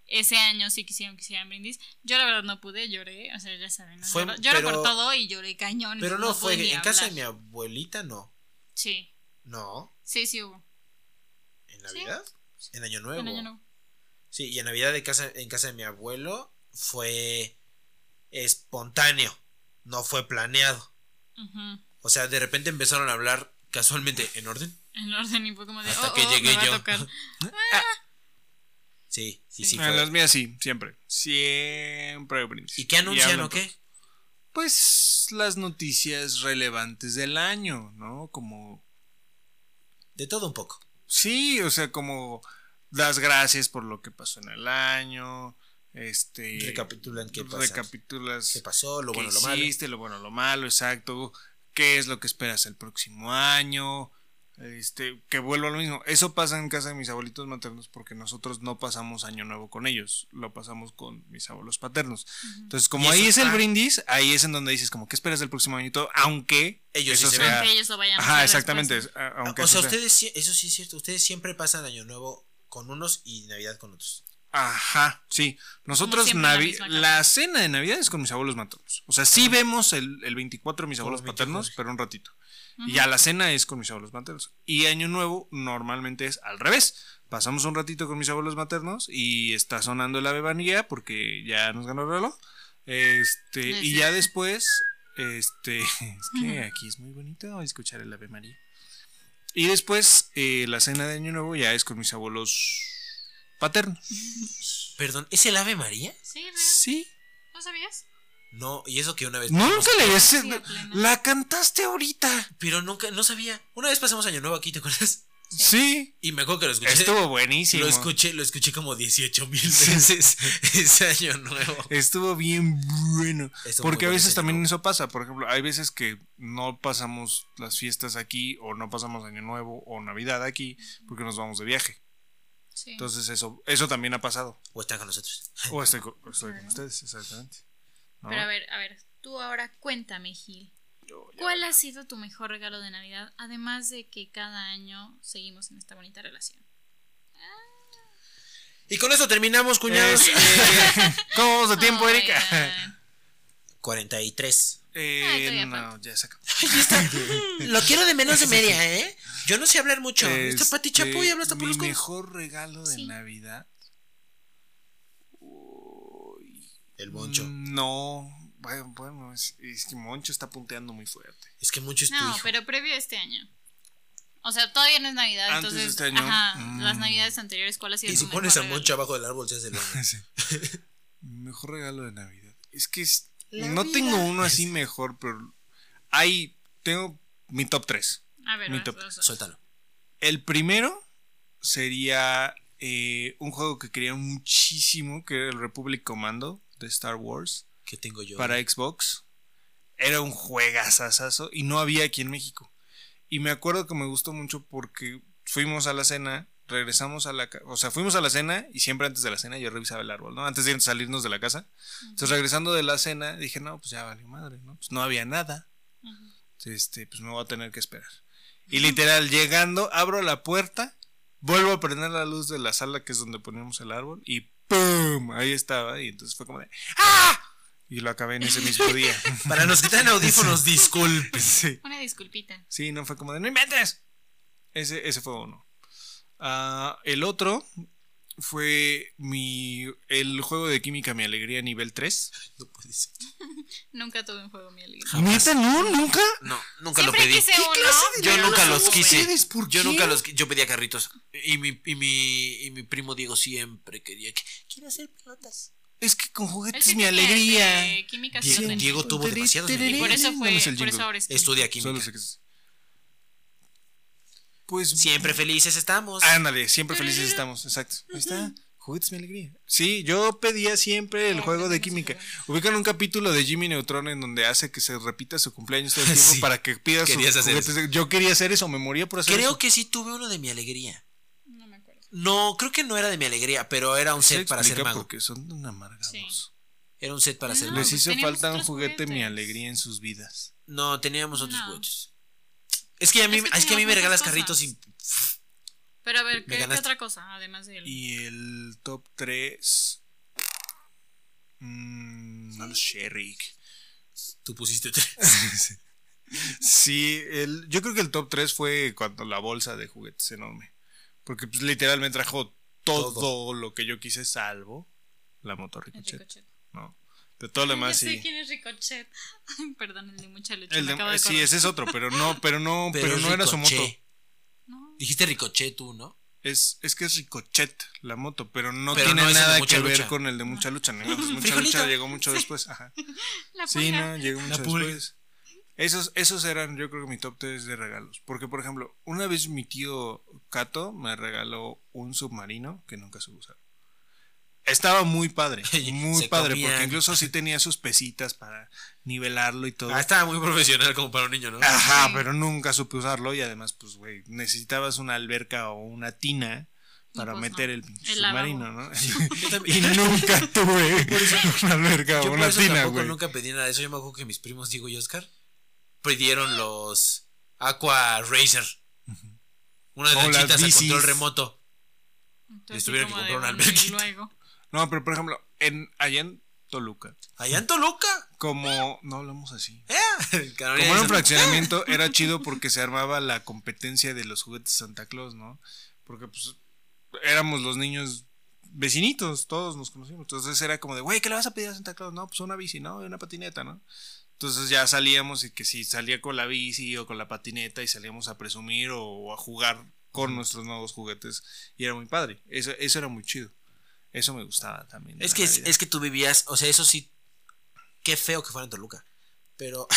A: ese año sí quisieron que hicieran brindis. Yo la verdad no pude, lloré, o sea, ya saben, ¿no?
D: Fue-
A: lloro, lloro
D: pero-
A: por todo y lloré cañón.
D: Pero no, fue
A: pude ni
D: en casa de mi
A: hablar.
D: abuelita, no.
A: Sí,
D: No.
A: sí, sí hubo.
D: ¿En Navidad? En Año Nuevo.
A: En año nuevo.
D: Sí, y en Navidad de casa, en casa de mi abuelo fue espontáneo, no fue planeado.
A: Ujú.
D: O sea, de repente empezaron a hablar casualmente en orden.
A: En orden y fue como de,
D: Hasta
A: oh,
D: que
A: oh,
D: llegué
A: me va
D: yo.
A: a tocar.
D: Sí, sí, sí.
B: Ah,
D: fue.
B: las mías sí, siempre. Siempre brindis.
D: ¿Y qué anuncian
B: hablan
D: o qué?
B: Pues las noticias relevantes del año, ¿no? Como.
D: De todo un poco.
B: Sí, o sea, como das gracias por lo que pasó en el año. Este.
D: Recapitulan qué pasa.
B: recapitulas
D: qué pasó, lo
B: qué
D: bueno, lo malo.
B: hiciste, lo bueno, lo malo, exacto. ¿Qué es lo que esperas el próximo año? Este, que vuelva lo mismo. Eso pasa en casa de mis abuelitos maternos porque nosotros no pasamos año nuevo con ellos, lo pasamos con mis abuelos paternos. Entonces,
D: Y
B: como
D: eso
B: ahí es el
D: está-
B: brindis, ahí es en donde dices como qué esperas del próximo año y todo, aunque
D: Ellos sí
B: eso
D: se
B: sea-
A: Aunque ellos lo vayan a
B: Ajá,
A: hacer
B: exactamente,
A: después.
B: es- a- aunque
D: o
B: eso
D: sea,
B: sea-
D: ustedes, sí- eso sí es cierto, ustedes siempre pasan Año Nuevo con unos y Navidad con otros.
B: Ajá, sí. Nosotros
A: siempre en la
B: Navi-
A: misma
B: la,
A: casa.
B: cena de Navidad es con mis abuelos maternos. O sea,
D: Ah.
B: sí vemos el, el 24 mis abuelos
D: Todos
B: paternos,
D: 24.
B: pero un ratito. Y ya la cena es con mis abuelos maternos. Y Año Nuevo normalmente es al revés. Pasamos un ratito con mis abuelos maternos y está sonando la bebanía porque ya nos ganó el reloj. Este,
A: No es
B: y ya después, este, es que aquí es muy bonito escuchar el Ave María. Y después eh, la cena de Año Nuevo ya es con mis abuelos paternos.
D: Perdón, ¿es el Ave María?
A: Sí, real.
B: Sí.
A: ¿No sabías?
D: No, y eso que una vez.
B: Nunca le ves.
A: Sí, a plena.
B: La cantaste ahorita.
D: Pero nunca, no sabía. Una vez pasamos Año Nuevo aquí, ¿te acuerdas?
B: Sí.
D: Y me acuerdo que lo escuché.
B: Estuvo buenísimo.
D: Lo escuché, lo escuché como 18 mil veces ese año nuevo.
B: Estuvo bien bueno.
D: Estuvo
B: Porque a
D: muy bueno
B: veces
D: ese
B: también
D: año
B: eso pasa. Por ejemplo, hay veces que no pasamos las fiestas aquí o no pasamos Año Nuevo o Navidad aquí porque nos vamos de viaje.
A: Sí.
B: Entonces eso eso también ha pasado.
D: O están con nosotros.
B: O estoy co- o estoy con, ustedes, exactamente. ¿No?
A: Pero a ver, a ver, tú ahora cuéntame, Gil. ¿Cuál ha sido tu mejor regalo de Navidad? Además de que cada año seguimos en esta bonita relación.
D: Y con eso terminamos, cuñados.
B: Este, ¿Cómo vamos de este tiempo, Erika?
A: Oigan.
D: 43.
B: Eh,
A: Ay, todavía
B: no, ya se acabó.
D: Mm, Lo quiero de menos de media, ¿eh? Yo no sé hablar mucho. Esta Pati
B: Este,
D: Chapoy habla hasta por
B: Mi
D: los codos.
B: mejor regalo de
A: Sí.
B: Navidad.
D: El Moncho.
B: Mm. No. Bueno, bueno, es, es que Moncho está punteando muy fuerte.
D: Es que Moncho es tu
A: No,
D: hijo.
A: pero previo a este año. O sea, todavía no es Navidad,
B: Antes de
A: entonces.
B: este año.
A: Ajá,
B: Mm.
A: las Navidades anteriores, ¿cuál ha sido
D: Y
A: tu
D: si
A: mejor
D: pones a
A: regalo?
D: Moncho abajo del árbol, se hace el hombre.
B: Mi mejor regalo de Navidad. Es que es- no tengo uno así mejor, pero hay, tengo mi top 3.
A: A ver,
B: Mi
A: vas,
B: top.
A: vas, vas.
D: Suéltalo.
B: El primero sería eh, un juego que quería muchísimo, que era el Republic Commando de Star Wars
D: ¿Qué tengo yo?
B: para Xbox. Era un juegazazazo y no había aquí en México. Y me acuerdo que me gustó mucho porque fuimos a la cena, regresamos a la casa, o sea, fuimos a la cena y siempre antes de la cena yo revisaba el árbol, ¿no? Antes de salirnos de la casa. Entonces regresando de la cena dije, no, pues ya valió madre, ¿no? Pues no había nada.
A: Ujú.
B: Este, pues me voy a tener que esperar. Y literal, llegando, abro la puerta, vuelvo a prender la luz de la sala que es donde poníamos el árbol y ¡pum! Ahí estaba. Y entonces fue como de ¡ah! Y lo acabé en ese mismo día.
D: Para los que traen audífonos, disculpe.
B: sí.
A: Una disculpita.
B: Sí, no fue como de ¡no inventes! Ese, ese fue uno. Ah, el otro fue mi el juego de química Mi Alegría nivel 3.
D: No puede ser.
A: Nunca tuve un juego mi alegría.
B: ¿Neta? ¿No? ¿Nunca?
D: No, nunca
A: Siempre
D: lo pedí.
A: quise uno.
D: Yo nunca los quise.
B: ustedes? ¿Por
D: Yo
B: qué?
D: nunca los qui- Yo pedía carritos. Y mi, y mi, y mi primo Diego siempre quería que. Quiero hacer pelotas.
B: Es que con juguetes
A: Es que
B: Mi
A: química-
B: Alegría.
A: de química sí
D: Diego-
A: lo tenía.
D: Diego tuvo demasiados
A: Y por eso fue,
B: No me sé el
A: por
B: jingle.
A: eso ahora es química.
D: Estudia
B: Solo
D: química.
B: sé que es- Pues
D: Siempre felices estamos.
B: ándale, siempre felices estamos, exacto. Ahí está. Juguetes mi alegría. Sí, yo pedía siempre el
A: Claro,
B: juego de
A: tenemos
B: química.
A: que
B: Ubican un capítulo de Jimmy Neutron en donde hace que se repita su cumpleaños todo el tiempo
D: Sí.
B: para que pidas sus
D: Querías hacer
B: juguetes. de- Yo quería hacer eso, me moría por hacer
D: Creo
B: eso.
D: que sí tuve uno de mi alegría.
A: No me acuerdo.
D: No, creo que no era de mi alegría, pero era un set para ser mago.
B: porque son tan amargados.
A: Sí.
D: Era un set para ser
A: No,
D: mago.
B: Les
A: pues
B: hizo
A: teníamos
B: falta un
A: otros
B: juguete mi
A: juguetes.
B: alegría en sus vidas.
D: No, teníamos otros
A: No.
D: juguetes. Es que a mí,
A: Es que
D: es que a mí
A: teníamos
D: me regalas
A: muchas
D: carritos
A: cosas.
D: y.
A: Pero a ver, ¿qué, qué
D: ganaste.
A: otra cosa? Además del.
B: Y el top 3. Mm, no lo sé, Rick.
D: Tú pusiste tres.
B: Sí, el, yo creo que el top 3 fue cuando la bolsa de juguetes enorme. Porque pues, literal me trajo todo, lo que yo quise, salvo la motor
A: el
B: Ricochet.
A: Ricochet.
B: No. Pero todo lo demás
A: ya sé
B: sí.
A: quién es Ricochet. Ay, perdón, el de mucha lucha.
B: El
A: me
B: de-
A: acabo de
B: sí,
A: acordar.
B: ese es otro, pero no, pero no, pero, no era su moto.
D: Ricochet.
A: No.
D: Dijiste ricochet tú, ¿no?
B: Es, es que es Ricochet la moto, pero no
D: Pero
B: tiene
D: no es el de
B: nada que
D: Mucha
B: ver
D: Lucha.
B: con el de mucha lucha. ¿no? Pues, mucha lucha
D: Frijolito.
B: llegó mucho después. Ajá.
A: La
B: Sí,
A: pulga.
B: no, llegó mucho
D: pulga.
B: después. Esos, esos eran, yo creo que mi top 3 de regalos. Porque, por ejemplo, una vez mi tío Cato me regaló un submarino que nunca se usar. Estaba muy padre, muy
D: Se
B: padre,
D: comían.
B: porque incluso sí tenía sus pesitas para nivelarlo y todo.
D: Ah, estaba muy profesional como para un niño, ¿no?
B: Ajá,
A: Sí.
B: pero nunca supe usarlo y además, pues, güey, necesitabas una alberca o una tina para
A: pues, no.
B: meter el pinche
A: El
B: submarino, ¿no? y nunca tuve una alberca
D: Yo
B: o
D: por
B: una
D: eso
B: tina,
D: tampoco
B: güey.
D: nunca pedí nada de eso. Yo me acuerdo que mis primos, Diego y Oscar, pidieron los Aqua Racer. Unas
B: O las
D: lanchitas a
B: bicis.
D: control remoto.
A: Entonces,
D: Les tuvieron
A: como
D: que
A: de,
D: comprar una
A: bueno, y
D: alberquita.
A: luego.
B: No, pero por ejemplo, en, allá en Toluca,
D: Allá en Toluca.
B: como no hablamos así.
D: Eh, El canal
B: Como era un
D: de-
B: fraccionamiento,
D: eh.
B: era chido porque se armaba la competencia de los juguetes Santa Claus, ¿no? Porque pues éramos los niños vecinitos, todos nos conocíamos. Entonces era como de, güey, ¿qué le vas a pedir a Santa Claus? No, pues una bici, ¿no? Y una patineta, ¿no? Entonces ya salíamos y que si salía con la bici o con la patineta y salíamos a presumir o, a jugar con nuestros nuevos juguetes y era muy padre. Eso, eso era muy chido. Eso me gustaba también. de
D: Es
B: la
D: que, es,
B: Navidad.
D: es que tú vivías, o sea, eso sí. Qué feo que fuera en Toluca. Pero.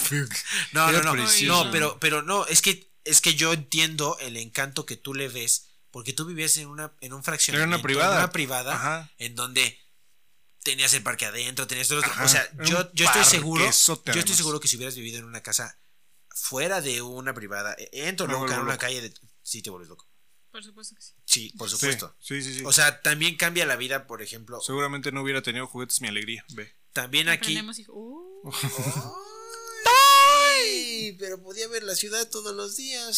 D: no,
B: Era
D: no, no.
B: precioso.
D: No, pero, pero no, es que, es que yo entiendo el encanto que tú le ves. Porque tú vivías en una, en un
B: era
D: fraccionamiento.
B: una privada.
D: en una privada,
B: Ajá.
D: En donde tenías el parque adentro, tenías todo lo otro.
B: Ajá,
D: O sea,
B: era
D: yo,
B: un
D: yo estoy seguro. Yo
B: parquesote,
D: estoy
B: además.
D: seguro que si hubieras vivido en una casa fuera de una privada, e, en
B: Me
D: Toluca,
B: vuelvo
D: en una
B: loco.
D: calle de. Sí, te vuelves loco.
A: Por supuesto que sí.
D: Sí, por supuesto.
B: Sí, sí, sí. sí.
D: O sea, también cambia la vida, por ejemplo.
B: Seguramente no hubiera tenido juguetes mi alegría. Ve.
D: También aquí.
A: Aprendemos y. Uh,
D: Ay, pero podía ver la ciudad todos los días.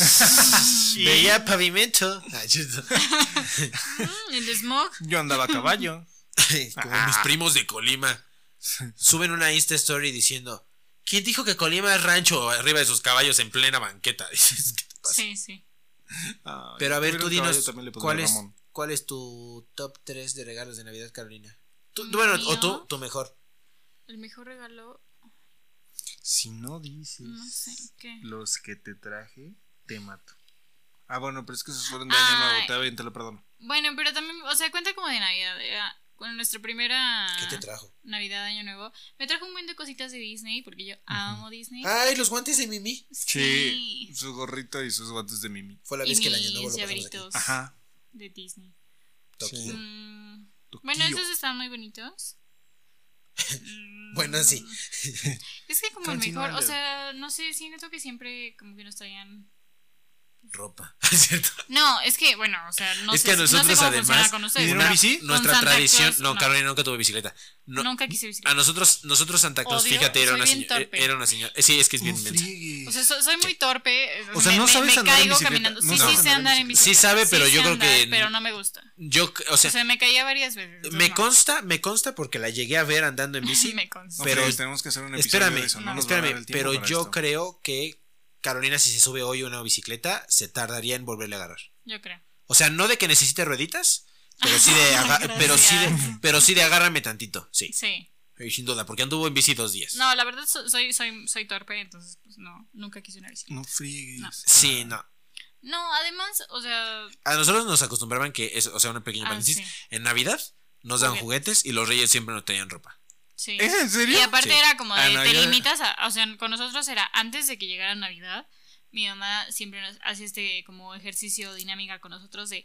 D: Veía pavimento. Ah, Ay, chido.
A: mm, el smog.
B: Yo andaba a caballo.
D: Como
B: Ah.
D: mis primos de Colima. Suben una Insta Story diciendo: ¿Quién dijo que Colima es rancho arriba de sus caballos en plena banqueta? Dices, "¿Qué te pasa?".
A: Sí, sí.
B: Ah,
D: Pero a
B: si tuviera
D: ver,
B: un
D: tú
B: caballo,
D: dinos:
B: también le pondría
D: ¿cuál es,
B: Ramón.
D: ¿cuál es tu top 3 de regalos de Navidad, Carolina? Tú- bueno, o
A: ¿Mío?
D: tú, tu mejor.
A: El mejor regalo.
B: Si no dices
A: No sé qué.
B: los que te traje, te mato. Ah, bueno, pero es que esos fueron de
A: Ay.
B: año nuevo. Te, te lo perdono.
A: Bueno, pero también. O sea, cuenta como de Navidad. eh, ah, con nuestra primera
D: ¿Qué te trajo?
A: Navidad, Año Nuevo, me trajo un buen de cositas de Disney porque yo amo Disney.
D: Ay, los guantes de Mimi.
A: sí.
B: Su gorrito y sus guantes de Mimi.
D: Fue la
A: Y
D: vez que el año nuevo
A: mis
D: lo pasamos aquí.
A: llaveritos
B: Ajá.
A: de Disney.
D: Tokio.
B: Sí.
A: Mm, bueno,
B: Tokio.
A: esos están muy bonitos. Mm,
D: Bueno, sí.
A: Es que como el
B: Continúa,
A: mejor, o
B: Leo.
A: sea, no sé, siento que siempre como que nos traían...
E: Ropa. Es cierto.
A: No, es que, bueno, o sea, no
E: es
A: sé,
E: que a
A: no sé
E: nosotros
A: cómo funciona
E: además.
A: con ustedes,
E: una-
A: pero con
E: Nuestra
A: Santa
E: tradición.
A: Claus,
E: no, Carolina nunca tuvo bicicleta. No,
A: Nunca quise
E: A
A: bicicleta.
E: nosotros, nosotros Santa Claus,
A: Odio,
E: fíjate, era
A: soy
E: una,
A: bien
E: señora,
A: torpe.
E: era una
D: eh,
E: señora. Sí, es que es bien
B: No
E: mensa.
B: friegues.
A: O sea, so- soy muy torpe.
B: O sea,
A: me,
B: no
A: me-
B: sabes
A: me
B: andar en
A: caigo
B: bicicleta.
A: caminando.
B: No
A: Sí,
B: sabes
A: sí sé andar en bicicleta.
E: Sí sabe, pero yo
A: sé
E: creo que-
A: andar, Pero no me gusta.
E: Yo, o
A: O
E: sea,
A: sea, me caía varias veces. entonces
D: Me
A: no.
D: consta, me consta porque la llegué a ver andando en bici.
A: Me consta.
B: No,
D: pero-
B: pero tenemos que hacer un episodio
D: espérame,
B: de eso. No nos va a dar
D: espérame,
B: el tiempo
D: pero
B: para
D: yo
B: esto.
D: creo que Carolina si se sube hoy a una bicicleta se tardaría en volverle a agarrar.
A: Yo creo.
D: O sea, no de que necesite rueditas, pero sí de, aga-
A: Gracias.
D: pero sí de, pero sí de agárrame tantito, sí.
A: Sí.
D: Y
E: sin duda, porque anduvo en bici dos días.
A: No, la verdad so- soy, soy, soy torpe, entonces pues no, nunca quise una bicicleta.
B: No friegues.
A: No.
D: Sí, no.
A: No, además, o sea,
E: A nosotros nos acostumbraban que, es, o sea, una pequeña
A: Ah,
E: paréntesis,
A: sí.
E: en Navidad nos dan
A: Juguetes.
E: juguetes y los reyes siempre nos traían ropa.
A: sí.
B: ¿Es en serio?
A: Y aparte
E: Sí.
A: era como de,
E: Ah, no,
A: te
E: yo-
A: limitas a, o sea, con nosotros era antes de que llegara Navidad, mi mamá siempre nos hacía este como ejercicio dinámica con nosotros de,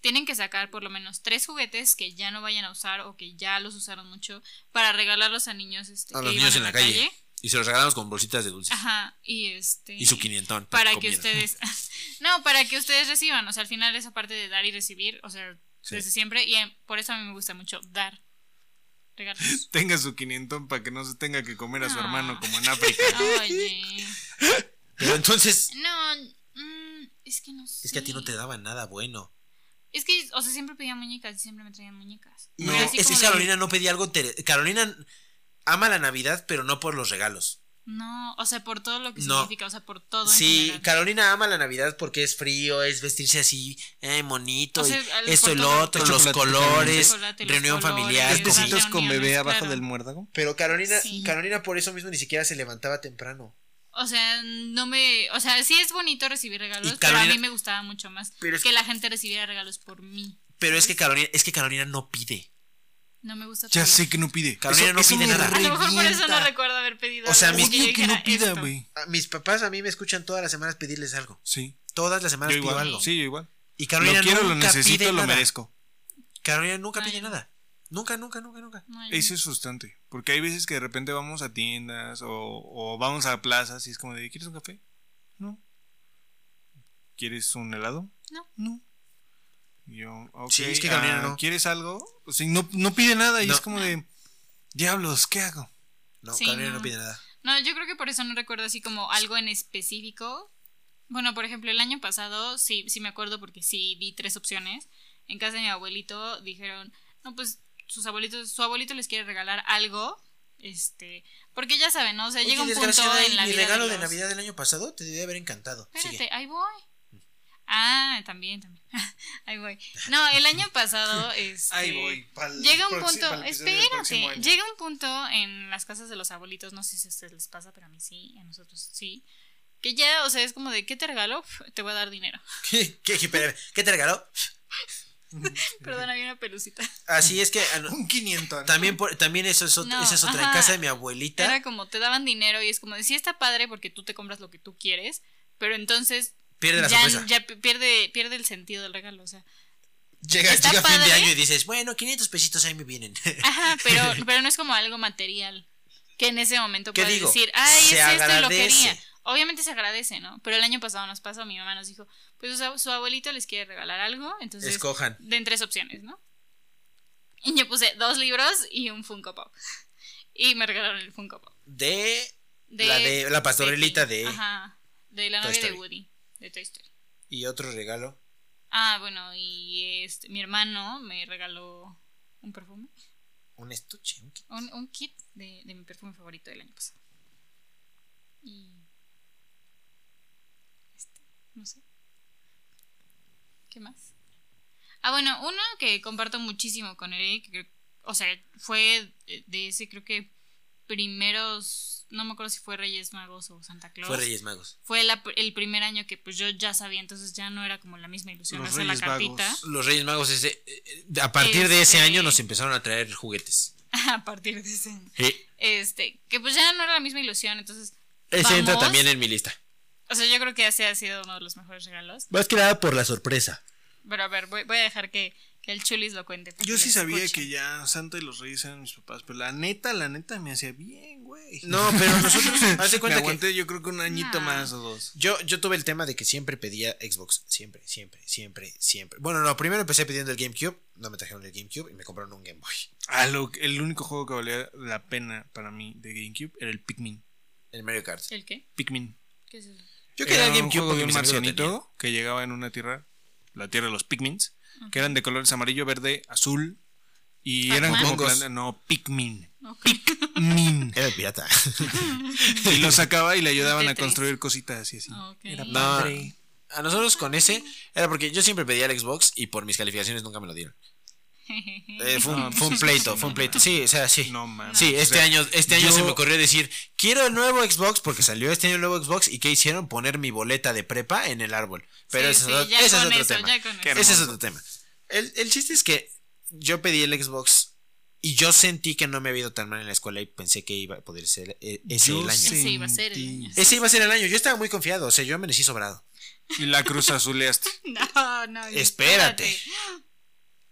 A: tienen que sacar por lo menos tres juguetes que ya no vayan a usar o que ya los usaron mucho para regalarlos a niños este,
E: A
A: que
E: los
A: iban
E: niños en la calle. Y se los regalamos con bolsitas de dulces.
A: Ajá, y este...
E: Y su quinientón.
A: para que
E: comieron.
A: ustedes no para que ustedes reciban o sea al final esa parte de dar y recibir o sea
E: Sí.
A: desde siempre y eh, por eso a mí me gusta mucho dar regalos
B: Tenga su quinientón para que no se tenga que comer a su
A: Ah.
B: hermano como en África.
A: oye
D: Pero entonces
A: no mm, es que no sé
D: es que a ti no te daban nada bueno.
A: es que o sea siempre pedía muñecas y siempre me traían muñecas
B: No,
A: Pero así
D: es que
A: como de-
D: Carolina no pedía algo tere- Carolina ama la Navidad, pero no por los regalos.
A: no o sea por todo lo que
D: No.
A: significa o sea por todo en
D: Sí,
A: general.
D: Carolina ama la Navidad porque es frío, es vestirse así, eh, monito,
A: O sea,
D: y
A: al-
D: esto
A: con
D: y lo
A: todo.
D: otro, los
B: Chocolate,
D: colores,
A: chocolate, los
D: reunión
A: colores,
D: familiar.
A: las
D: comida.
A: cositas.
B: Besitos con
A: reuniones,
B: bebé abajo
A: claro.
B: del muérdago.
D: Pero Carolina,
A: Sí.
D: Carolina por eso mismo ni siquiera se levantaba temprano.
A: o sea no me o sea sí es bonito recibir regalos
D: Y
A: pero
D: Carolina-
A: a mí me gustaba mucho más
D: Pero es-
A: que la gente recibiera regalos por mí
D: Pero es que Carolina, es que Carolina no pide.
A: no me gusta
B: Ya
A: pedir.
B: sé que no pide.
D: Carolina
B: Eso-
D: no
B: eso
D: pide
B: me
D: nada.
A: A lo mejor por eso
D: revienta.
A: no recuerdo haber pedido.
D: O sea,
A: algo
D: mis-
B: Odio
A: que yo
B: que no
A: dijera,
B: pida,
A: "Esto".
B: güey.
D: Ah, Mis papás a mí me escuchan todas las semanas pedirles algo.
B: Sí.
D: Todas las
B: Yo
D: semanas pido algo.
B: igual. Sí, yo igual.
D: Y
B: Lo
D: Carolina
B: quiero, lo
D: nunca
B: necesito,
D: pide
B: lo
D: nada.
B: merezco.
D: Carolina nunca
A: No,
D: pide
A: yo no.
D: nada. Nunca, nunca, nunca, nunca.
A: No, yo-
B: Eso es frustrante. Porque hay veces que de repente vamos a tiendas o, o vamos a plazas y es como de, ¿quieres un café? No. ¿Quieres un helado?
A: No.
B: No. Y Yo, ok,
D: Sí, es que Gabriela
B: ah,
D: no.
B: ¿Quieres algo? O sea, no, no pide nada y
D: No.
B: es como de, diablos, ¿qué hago?
D: No,
A: Sí,
D: Carolina no.
A: no.
D: pide nada.
A: No, yo creo que por eso no recuerdo así como algo en específico. Bueno, por ejemplo, el año pasado sí, sí me acuerdo porque sí di tres opciones. En casa de mi abuelito dijeron, no, pues sus abuelitos, su abuelito les quiere regalar algo. Este, porque ya saben, ¿no? O sea,
D: Oye,
A: llega un punto
D: desgraciada,
A: en la
D: mi
A: vida.
D: regalo de
A: los-
D: Navidad del año pasado te debía haber encantado.
A: Espérate,
D: Sigue.
A: ahí voy. Ah, también, también. ahí voy. No, el año pasado. Este, Llega un punto, espérate, llega un punto en las casas de los abuelitos, no sé si a ustedes les pasa, pero a mí sí, a nosotros sí, que ya, o sea, es como de, ¿qué te regalo? Pf, Te voy a dar dinero.
D: ¿Qué, qué, espérame, ¿qué te regaló?
A: Perdón, había una pelucita.
D: Así es que ah, no,
B: Un 500.
D: también, por- también eso es, ot-
A: No,
D: esa es otra. En
A: ajá.
D: casa de mi abuelita.
A: Era como, te daban dinero y es como de, sí está padre porque tú te compras lo que tú quieres, pero entonces
D: Pierde la
A: ya,
D: sorpresa.
A: ya pi- pierde, pierde el sentido del regalo, o sea.
D: llega
A: está
D: llega fin de
A: padre.
D: año y dices, bueno, 500 pesitos ahí me vienen.
A: Ajá, pero, pero no es como algo material que en ese momento
D: ¿Qué
A: puedes
D: digo?
A: decir, ay,
D: Se
A: es esto y lo
D: agradece.
A: quería. Obviamente se agradece, ¿no? Pero el año pasado nos pasó, mi mamá nos dijo, pues su, su abuelito les quiere regalar algo, entonces
D: Escojan.
A: den tres opciones, ¿no? Y yo puse dos libros y un Funko Pop. Y me regalaron el Funko Pop.
D: De La de- la pastorelita de-
A: Ajá, de la
D: Toy
A: novia de
D: Story.
A: Woody, de Toy Story.
D: y otro regalo.
A: Ah, bueno, y este, mi hermano me regaló un perfume,
D: Un estuche. un kit.
A: un, un kit de, de mi perfume favorito del año pasado. Y... Este, no sé. ¿Qué más? Ah, bueno, uno que comparto muchísimo con Eric, que- o sea, fue de ese creo que primeros los, no me acuerdo si fue Reyes Magos o Santa Claus.
E: Fue Reyes Magos.
A: Fue la pr- el primer año que pues yo ya sabía, entonces ya no era como la misma ilusión
B: Los
A: hacer la
B: Reyes Magos.
A: cartita.
E: Los Reyes Magos, ese, eh, a partir de ese
A: Este-
E: año nos empezaron a traer juguetes.
A: A partir de ese. Este, que pues ya no era la misma ilusión, entonces.
E: Ese entra
A: vamos.
E: también en mi lista.
A: O sea, yo creo que ese ha sido uno de los mejores regalos.
E: Más que nada por la sorpresa.
A: Pero a ver, voy, voy a dejar que, que el Chulis lo cuente. porque
B: Yo sí
A: les
B: sabía
A: escucho.
B: que ya Santa y los Reyes eran mis papás, pero la neta, la neta me hacía bien, güey.
D: No, pero nosotros. Hace
B: me
D: cuenta que.
B: aguanté yo creo que un añito
A: Ah.
B: más o dos.
D: Yo, yo tuve el tema de que siempre pedía Xbox. Siempre, siempre, siempre, siempre. Bueno, no, primero empecé pidiendo el GameCube. No me trajeron el GameCube y me compraron un Game Boy.
B: Ah, lo- el único juego que valía la pena para mí de GameCube era el Pikmin.
D: El Mario Kart.
A: ¿El qué?
B: Pikmin.
A: ¿Qué es eso?
D: Yo quería
B: Era
D: el
B: un
D: GameCube
B: juego
D: porque
B: de un
D: mis amigos lo tenían.
B: marcianito que llegaba en una tierra, la tierra de los Pikmins, que eran de colores amarillo, verde, azul y
A: Ah,
B: eran como
D: mangos.
B: plan- no Pikmin.
A: Ok.
B: Min.
D: Era el pirata.
B: Y lo sacaba y le ayudaban a
A: Tetris. Ah,
B: construir cositas y así.
A: Ok.
B: Era
A: No.
B: padre.
D: A nosotros con ese era porque yo siempre pedía el Xbox y por mis calificaciones nunca me lo dieron. Eh, fue,
A: Ah,
D: un, fue un pleito, fue un pleito. Sí, o sea, sí.
B: No mames.
D: Sí, este
B: O sea,
D: año, este año
B: yo-
D: se me ocurrió decir, quiero el nuevo Xbox porque salió este año el nuevo Xbox y ¿qué hicieron? Poner mi boleta de prepa en el árbol. Pero
A: Sí,
D: ese,
A: sí,
D: es, otro-
A: ya
D: ese es
A: con
D: otro
A: eso,
D: tema.
A: ya con
B: Qué
A: eso.
D: Ese es
B: hermoso.
D: otro tema. El, el chiste es que yo pedí el Xbox y yo sentí que no me había ido tan mal en la escuela y pensé que iba a poder ser eh, ese
B: yo
D: el año.
A: Ese iba a ser el
B: sentí-
A: año.
D: Ese iba a ser el año. Yo estaba muy confiado. O sea, yo amanecí sobrado.
B: Y la cruz azuleaste.
A: No, no.
D: Espérate.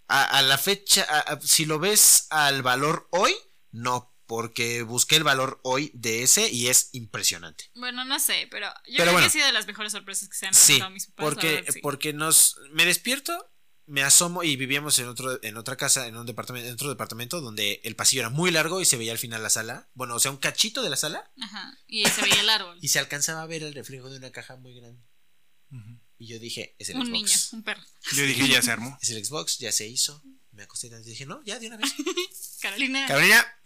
D: A, a la fecha, a- a- si lo ves al valor hoy, no, porque busqué el valor hoy de ese y es impresionante.
A: Bueno, no sé, pero yo
D: Pero
A: creo
D: bueno.
A: que ha sido de las mejores sorpresas que se han
D: Sí,
A: dado mis papás. la
D: porque,
A: verdad, sí.
D: porque nos, me despierto, me asomo y vivíamos en otro, en otra casa, en un departamento, en otro departamento donde el pasillo era muy largo y se veía al final la sala, bueno, o sea, un cachito de la sala
A: Ajá. Y se veía el árbol.
D: y se alcanzaba a ver el reflejo de una caja muy grande. Y yo dije, es el
A: un
D: Xbox.
A: niño, un perro.
B: Yo dije, ya se armó.
D: Es el Xbox, ya se hizo. Me acosté y dije, no, ya de una vez.
A: Carolina.
D: Carolina,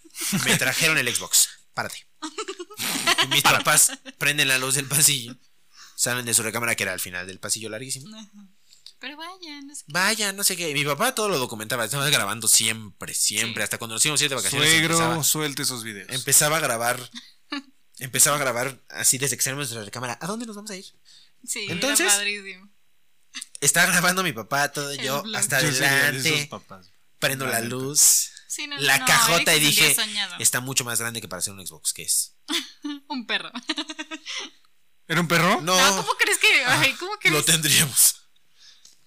D: me trajeron el Xbox. Párate. Y mis papás prenden la luz del pasillo. Salen de su recámara que era al final del pasillo larguísimo.
A: Ajá. Pero vaya, no sé.
D: Vaya, no sé qué. Mi papá todo lo documentaba. Estaba grabando siempre, siempre.
A: Sí.
D: Hasta cuando nos íbamos a ir de vacaciones.
B: Suegro,
D: Empezaba,
B: suelte esos videos.
D: empezaba a grabar. Empezaba a grabar así desde que salimos de la recámara. ¿A dónde nos vamos a ir?
A: Sí, era
D: Entonces-
A: padrísimo.
D: Estaba grabando mi papá, todo
A: El
D: yo,
A: blog.
D: hasta
B: Yo sería de esos
D: adelante.
B: papás.
D: Prendo la
B: neta.
D: luz.
A: Sí, no,
D: La
A: no,
D: cajota y
A: Eric se
D: dije,
A: sentía soñado.
D: está mucho más grande que para hacer un Xbox, ¿qué es?
A: Un perro.
B: ¿Era un perro? No,
D: No,
A: No, ¿cómo crees que.? Ay, ¿cómo crees?
D: lo tendríamos.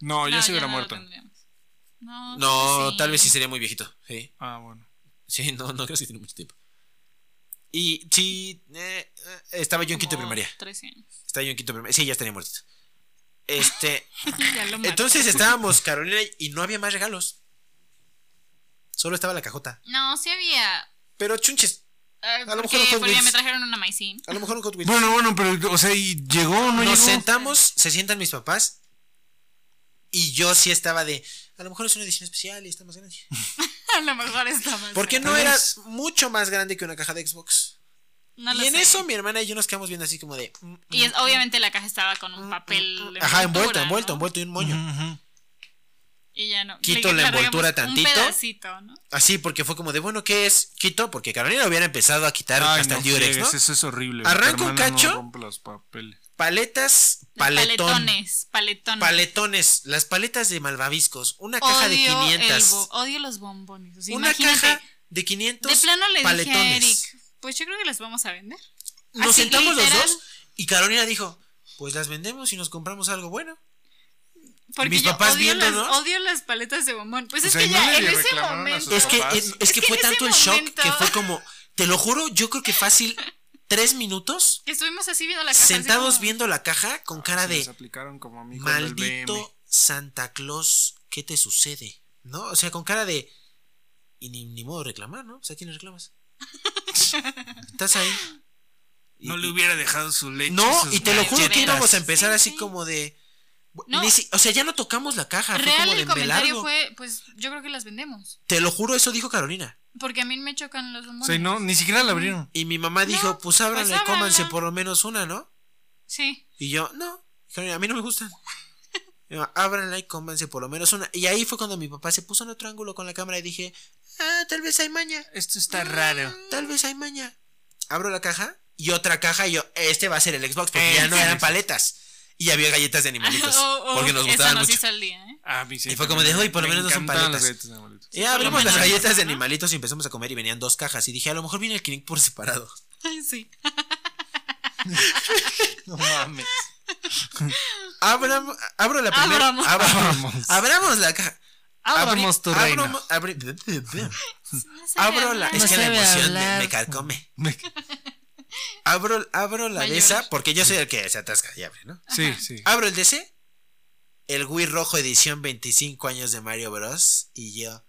D: Oh,
A: No,
B: yo se
A: Ah, ya
B: hubiera
A: no lo
B: muerto.
A: tendríamos. No,
D: No, tal vez sí sería muy viejito. Sí,
B: Ah, bueno.
D: sí no, no creo que tiene mucho tiempo. Y sí, eh, eh, estaba yo en quinto de
A: Como
D: primaria.
A: 13 años.
D: Estaba yo en quinto de primaria. Sí, ya estaría muertito. Este,
A: Ya lo maté.
D: entonces estábamos Carolina y no había más regalos. Solo estaba la cajota.
A: No, sí había.
D: Pero chunches,
A: A
D: lo
A: lo
D: mejor los Hot
A: Porque
D: Wheels.
A: me trajeron una maicín.
D: a lo mejor un Hot Wheels.
B: Bueno, bueno, pero, o sea, ¿y llegó o no
D: Nos
B: llegó?
D: sentamos, se sientan mis papás. Y yo sí estaba de, a lo mejor es una edición especial y está más grande.
A: A lo mejor está más.
D: Porque
A: grande.
D: no era
B: Pues-
D: mucho más grande que una caja de Xbox.
A: No lo
D: y en
A: sé.
D: eso mi hermana y yo nos quedamos viendo así como de. mm,
A: Y es, obviamente la caja estaba con un papel. de
D: Ajá, envuelto,
A: envoltura,
D: envuelto,
A: ¿no?
D: envuelto y un
B: Ujú,
D: moño.
B: ujú.
A: Y ya no.
D: Quito
A: Le-
D: la
A: le regamos
D: envoltura tantito.
A: Un pedacito, ¿no?
D: Así, porque fue como de, bueno, ¿qué es? Quito, porque Carolina hubiera empezado a quitar
B: Ay,
D: hasta
B: no
D: el diurex,
B: friegues,
D: ¿no?
B: Eso es horrible.
D: Arranca
B: Tu
D: un
B: hermana no
D: cacho.
B: rompe los papeles.
D: Paletas, paletón.
A: Paletones. Paletones.
D: Paletones, las paletas de malvaviscos. Una
A: Odio,
D: caja de 500.
A: el bo- odio los bombones. O sea,
D: una
A: imagínate,
D: caja de 500.
A: De plano le dije a
D: paletones.
A: Eric. Pues yo creo que las vamos a vender.
D: Nos
A: Así,
D: sentamos
A: literal.
D: los dos y Carolina dijo, pues las vendemos y nos compramos algo bueno.
A: Porque
D: mis
A: yo
D: papás
A: odio, las,
D: viéndonos.
A: odio las paletas de bombón. Pues
B: O
A: es
B: sea,
A: que
B: ¿y no
A: ya
B: le
A: en ese
B: reclamaron a
A: momento.
B: sus
D: Es que,
B: Capaz.
D: es, es
A: Es
D: que
A: que
D: fue
A: en ese
D: tanto el shock
A: momento-
D: que fue como, te lo juro, yo creo que fácil, tres minutos
A: Estuvimos así viendo la caja. así
D: sentados
A: como-
D: viendo la caja con cara
B: Se les
D: de
B: aplicaron como a mí con el BM.
D: maldito Santa Claus, ¿qué te sucede? ¿No? O sea, con cara de. Y ni, ni modo de reclamar, ¿no? O sea, ¿a quién le reclamas? Estás ahí.
B: No
D: Y-
B: le hubiera dejado su leche.
D: No,
B: sus
D: y te lo juro que
B: galletas.
D: íbamos a empezar
A: Sí,
D: así
A: sí.
D: como de.
A: No.
D: ni si- o sea, ya no tocamos la caja. Fue
A: Real
D: como de
A: el comentario
D: embelarlo.
A: fue, pues yo creo que las vendemos.
D: Te lo juro, eso dijo Carolina.
A: Porque a mí me chocan los bombones.
B: O sea, y no, ni siquiera la abrieron.
D: Y mi mamá dijo: Pues ábranle,
A: pues, ábranla.
D: cómanse por lo menos una, ¿no?
A: Sí.
D: Y yo, no, Carolina, a mí no me gustan. Y yo, Ábranla y cómanse por lo menos una. Y ahí fue cuando mi papá se puso en otro ángulo con la cámara y dije, ah, tal vez hay maña.
B: Esto está raro.
D: Tal vez hay maña. abro la caja y otra caja y yo, este va a ser el Xbox porque
B: Eh,
D: ya no
B: sí,
D: eran
B: sí.
D: paletas. Y había galletas de animalitos.
A: Oh, oh,
E: porque nos gustaban
A: Eso nos
E: mucho.
A: hizo el día, ¿eh?
B: Ah, mi sí,
D: Y fue
B: también.
D: como de, "Uy, por lo
B: Me
D: menos Eh, no son
B: encantaban las
D: paletas".
B: galletas de animalitos.
D: Y abrimos
A: lo
D: las
A: menos,
D: galletas de
A: ¿no?
D: animalitos y empezamos a comer y venían dos cajas. Y dije, a lo mejor viene el Kinect por separado.
A: Ay, sí.
B: No mames.
D: Abram- abro la primera.
A: Abramos.
D: Abramos. Abramos la caja.
B: Abramos tu
D: abro-
B: reino.
D: abri-
A: No sé
D: Hmm. abro la.
A: hablar.
D: Es que la
C: sabe
D: emoción me,
C: hablar.
D: me carcome. Abro, abro la
A: Va a
D: de esa
A: llorar.
D: porque yo soy el que se atasca y abre, ¿no?
B: Sí, sí.
D: Abro el DC. El Wii Rojo edición 25 años de Mario Bros. Y yo.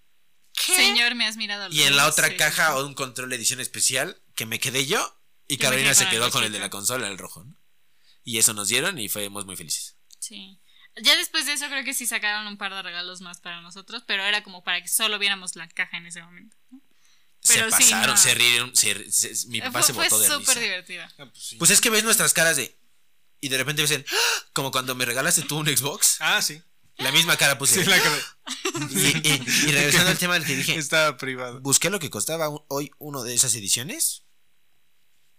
A: Señor, me has mirado. los
D: Y en la
A: ojos,
D: otra
A: sí.
D: caja un control edición especial que me quedé yo
A: Yo
D: y
A: me
D: Carolina
A: quedé
D: se
A: con el
D: quedó con el de
A: chiquito.
D: la consola, el rojo. ¿no? Y eso nos dieron y fuimos muy felices.
A: Sí. Ya después de eso creo que sí sacaron un par de regalos más para nosotros, pero era como para que solo viéramos la caja en ese momento. Pero
D: se
A: sí,
D: pasaron,
A: no.
D: se rieron, se- se- mi papá
A: Eh, Fue-
D: se botó
A: fue
D: de
A: súper
D: risa.
A: divertido.
B: Ah, pues sí.
D: Pues es que ves nuestras caras de y de repente ves el ¡Ah! como cuando me regalaste tú un Xbox,
B: Ah, sí.
D: la misma cara puse.
B: Sí, la acabé.
D: y, y- y regresando al tema del que dije,
B: Estaba privado.
D: busqué lo que costaba un- hoy uno de esas ediciones.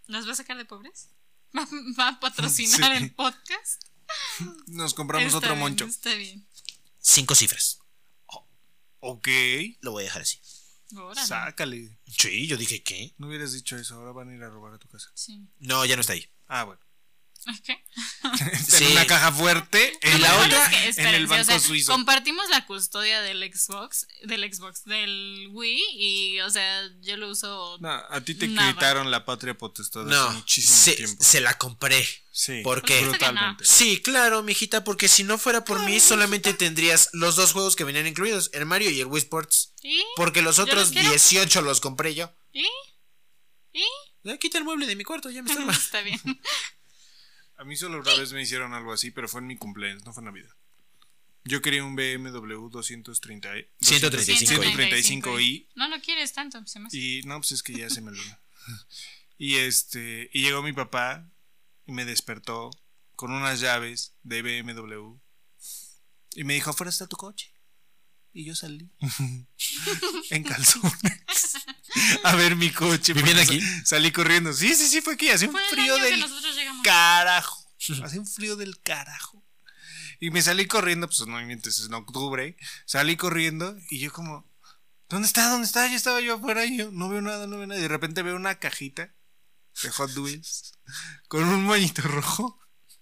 A: ¿Nos va a sacar de pobres? ¿Va, va a patrocinar
B: Sí.
A: el podcast?
B: Nos compramos
A: Está
B: otro
A: bien,
B: moncho.
A: Está bien.
D: Cinco cifras.
B: Ok.
D: Lo voy a dejar así.
A: Órale.
B: Sácale.
D: Sí, yo dije, ¿qué?
B: No hubieras dicho eso. Ahora van a ir a robar a tu casa.
A: Sí.
D: No, ya no está ahí.
B: Ah, bueno. Este,
A: Ok.
B: En
D: Sí.
B: una caja fuerte.
A: Lo
B: En la
A: mejor
B: otra.
A: es que,
B: en el
A: espérense, o
B: banco
A: sea,
B: suizo.
A: Compartimos la custodia del Xbox, del Xbox, del Wii, y, o sea, yo lo uso.
B: No, a ti te
A: Nada.
B: quitaron la patria potestad hace
D: No,
B: muchísimo
D: se,
B: tiempo.
D: se la compré.
B: Sí.
D: ¿Por qué?
B: Brutalmente.
D: Sí, claro, mijita, porque si no fuera por mí, solamente tendrías los dos juegos que venían incluidos, el Mario y el Wii Sports.
A: ¿Y?
D: Porque los
A: ¿Yo los
D: otros
A: quiero?
D: 18 los compré yo.
A: ¿Y? ¿Y?
D: Ya, Quita el mueble de mi cuarto, ya me está
A: Está bien.
B: A mí solo una vez me hicieron algo así, pero fue en mi cumpleaños, no fue en Navidad. Yo quería un BMW 230 eh, y-
D: 135i.
B: 135i
A: No lo quieres tanto, se me hace.
B: y no, pues es que ya se me olvidó. Y este, y llegó mi papá y me despertó con unas llaves de BMW y me dijo, "Afuera está tu coche." Y yo salí en calzones a ver mi coche.
D: ¿Vivían
B: porque
D: aquí?
B: sa- Salí corriendo. Sí, sí, sí, fue aquí. Hacía un
A: Fue el
B: frío
A: año que
B: del
A: nosotros llegamos.
B: carajo. Hace un frío del carajo. Y me salí corriendo, pues no me mientes, es en octubre. Salí corriendo y yo como, ¿dónde está? ¿Dónde está? Ya estaba yo afuera y yo no veo nada, no veo nada. Y de repente veo una cajita de Hot Wheels con un moñito rojo.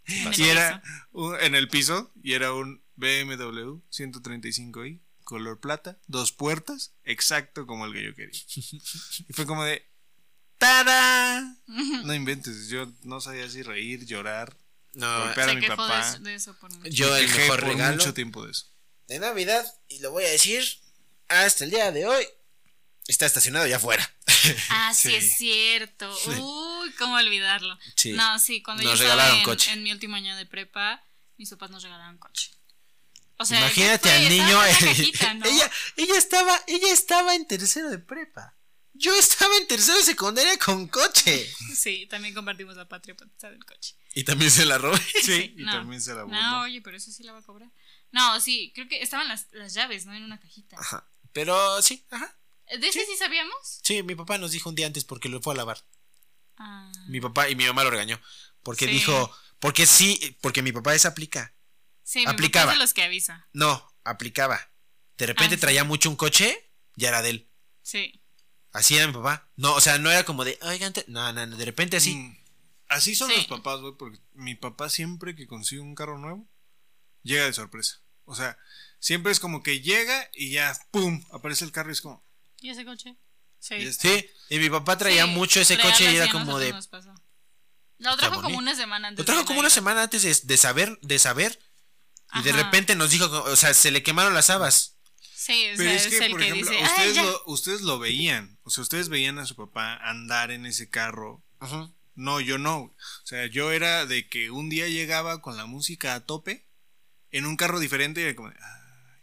A: En el
B: Y era
A: piso.
B: un- en el piso y era un BMW 135i, color plata, dos puertas, exacto como el que yo quería. Y fue como de, ¡Tara! No inventes, yo no sabía si reír, llorar,
D: No, eh.
B: golpear a
A: Se
B: mi
A: quejó de
B: papá.
A: eso- de eso por mí.
D: yo
B: Me
D: el
B: quejé
D: mejor
B: por
D: regalo
B: mucho tiempo de eso.
D: de Navidad, y lo voy a decir hasta el día de hoy, está estacionado ya afuera.
A: Ah, sí,
B: Sí.
A: es cierto. Uy, cómo olvidarlo.
D: Sí.
A: No, sí, cuando
D: Nos
A: yo estaba
D: regalaron
A: en,
D: coche.
A: en mi último año de prepa, mis papás nos regalaron coche. O sea, ¿qué
D: Imagínate
A: fue?
D: al
A: Estaba
D: niño.
A: en una cajita, ¿no?
D: ella, ella estaba, ella estaba en tercero de prepa. Yo estaba en tercero de secundaria con coche.
A: Sí, también compartimos la patria potestad del coche.
D: Y también se la robé.
B: Sí, y
A: no.
B: también
D: Ah,
B: se la burló.
A: No, oye, pero eso sí la va a cobrar. No, sí, creo que estaban las, las llaves, ¿no? En una cajita.
D: Ajá. Pero sí, ajá.
A: ¿De ese sí sabíamos?
D: Ah, Sí, mi papá nos dijo un día antes porque lo fue a lavar.
A: Ah,
D: Mi papá y mi mamá lo regañó. Porque
A: Sí.
D: dijo, porque sí, porque mi papá es aplica.
A: sí, mi papá
D: aplicaba.
A: es de los que avisa.
D: No, aplicaba. De repente
A: Ah, sí.
D: traía mucho un coche, ya era de él.
A: Sí.
D: Así era mi papá. No, o sea, no era como de, oigan, te-". no, no, no, de repente así.
B: Mm. Así son
A: Sí.
B: los papás, güey, porque mi papá siempre que consigue un carro nuevo, llega de sorpresa. O sea, siempre es como que llega y ya, ¡pum! Aparece el carro y es como...
A: ¿Y ese coche?
B: y
A: Sí.
B: es-
D: Sí, y mi papá traía
A: Sí,
D: mucho ese
A: real,
D: coche y
A: así
D: era
A: a
D: como
A: nosotros
D: de.
A: nos pasó. Lo
D: Está
A: trajo como
D: bonito.
A: una semana antes.
D: Lo trajo
A: de
D: como una
A: Navidad.
D: semana antes de, de saber, de saber. Y de
A: Ajá.
D: repente nos dijo, o sea, se le quemaron las habas.
A: Sí, o
B: Pero
A: sea,
B: es que,
A: el
B: por
A: que
B: ejemplo,
A: dice. "Ay,
B: ustedes,
A: ya".
B: lo, ustedes lo veían. O sea, ustedes veían a su papá andar en ese carro. No, yo no. O sea, yo era de que un día llegaba con la música a tope en un carro diferente y era como... "Ah".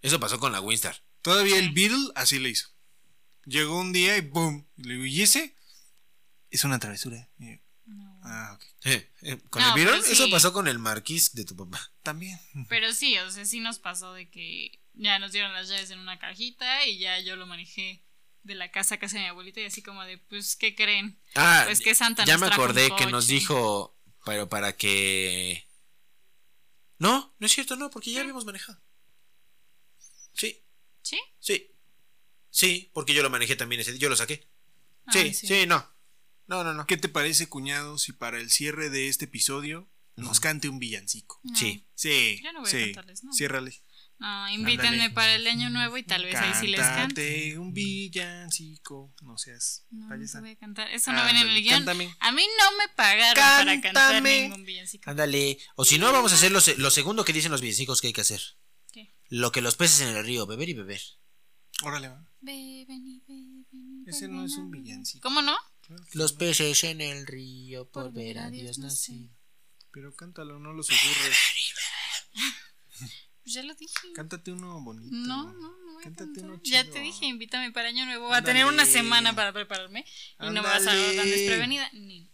E: Eso pasó con la Winstar.
B: Todavía el
A: Sí.
B: Beatle así le hizo. Llegó un día y ¡boom! Y le digo, ¿y ese? Es una travesura. Y yo, ah, ok.
D: Eh, eh, ¿Con
A: No,
D: el Beetle?
A: pero sí.
D: Eso pasó con el marquís de tu papá.
B: También.
A: Pero sí, o sea, sí nos pasó de que ya nos dieron las llaves en una cajita y ya yo lo manejé de la casa a casa de mi abuelita y así como de, pues, ¿qué creen?
E: Ah,
A: Pues que Santa
E: ya
A: nos
E: me
A: trajo un
E: acordé que nos
A: coche.
E: dijo, pero para que... No, no es cierto, no, porque ya habíamos manejado. Sí,
A: ¿Sí?
E: sí.
D: Sí, porque yo lo manejé también ese día, yo lo saqué.
A: Ah,
D: Sí, sí, no. No, no, no.
B: ¿Qué te parece, cuñado, si para el cierre de este episodio nos cante un villancico?
A: No.
E: Sí.
B: Sí.
A: Yo no voy a
B: sí.
A: cantarles, ¿no?
B: Ciérrale.
A: No, invítenme
B: Ándale.
A: para el año nuevo y tal vez ahí sí les cante.
B: Cántate un villancico. No seas
A: No, no te
B: payasa.
A: voy a cantar. Eso no viene en el
B: Ándale,
A: guión.
B: cántame.
A: A mí no me pagaron para cantar
D: Cántame.
A: ningún villancico.
B: Ah.
E: Ándale.
D: O si no, vamos a hacer lo, se- lo segundo que dicen los villancicos que hay que hacer.
A: ¿Qué?
D: Lo que los peces en el río, beber y beber.
B: Órale, va.
A: Beben y beben y
B: Ese
A: beben
B: no es
A: a
B: un
A: beber.
B: villancico.
A: ¿Cómo no?
D: Los peces en el río, por, ver a Dios
A: nací.
D: nací.
B: Pero cántalo, no los ocurres.
A: Pues ya lo dije.
B: Cántate uno bonito.
A: No, no, no. voy a
B: Cántate
A: cantar.
B: uno
A: Ya
B: chido.
A: te dije, invítame para año nuevo. Voy a tener una
B: Ándale.
A: semana para prepararme y no me vas a dar tan
B: Ándale.
A: desprevenida. Ni.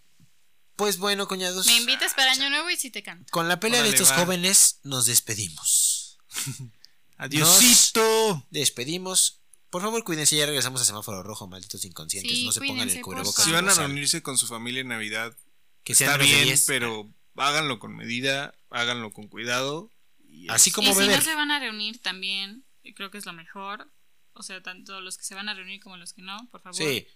D: Pues bueno, cuñados.
A: Me invitas para año nuevo y si te canto.
D: Con la pelea
B: Órale,
D: de estos
B: va.
D: jóvenes, nos despedimos.
B: Adiosito.
D: Despedimos. Por favor, cuídense, ya regresamos a semáforo rojo, malditos inconscientes.
A: Sí,
D: no se pongan
A: cuídense,
D: el
A: por
D: cubrebocas.
A: favor.
B: Si van a
D: nasal.
B: reunirse con su familia en Navidad,
D: que
B: está
D: menos de
B: bien,
D: 10.
B: pero háganlo con medida, háganlo con cuidado. y
D: Así
B: es-
D: como
A: y si
D: beber.
A: no se van a reunir también, y creo que es lo mejor. O sea, tanto los que se van a reunir como los que no, por favor.
D: Sí,
A: De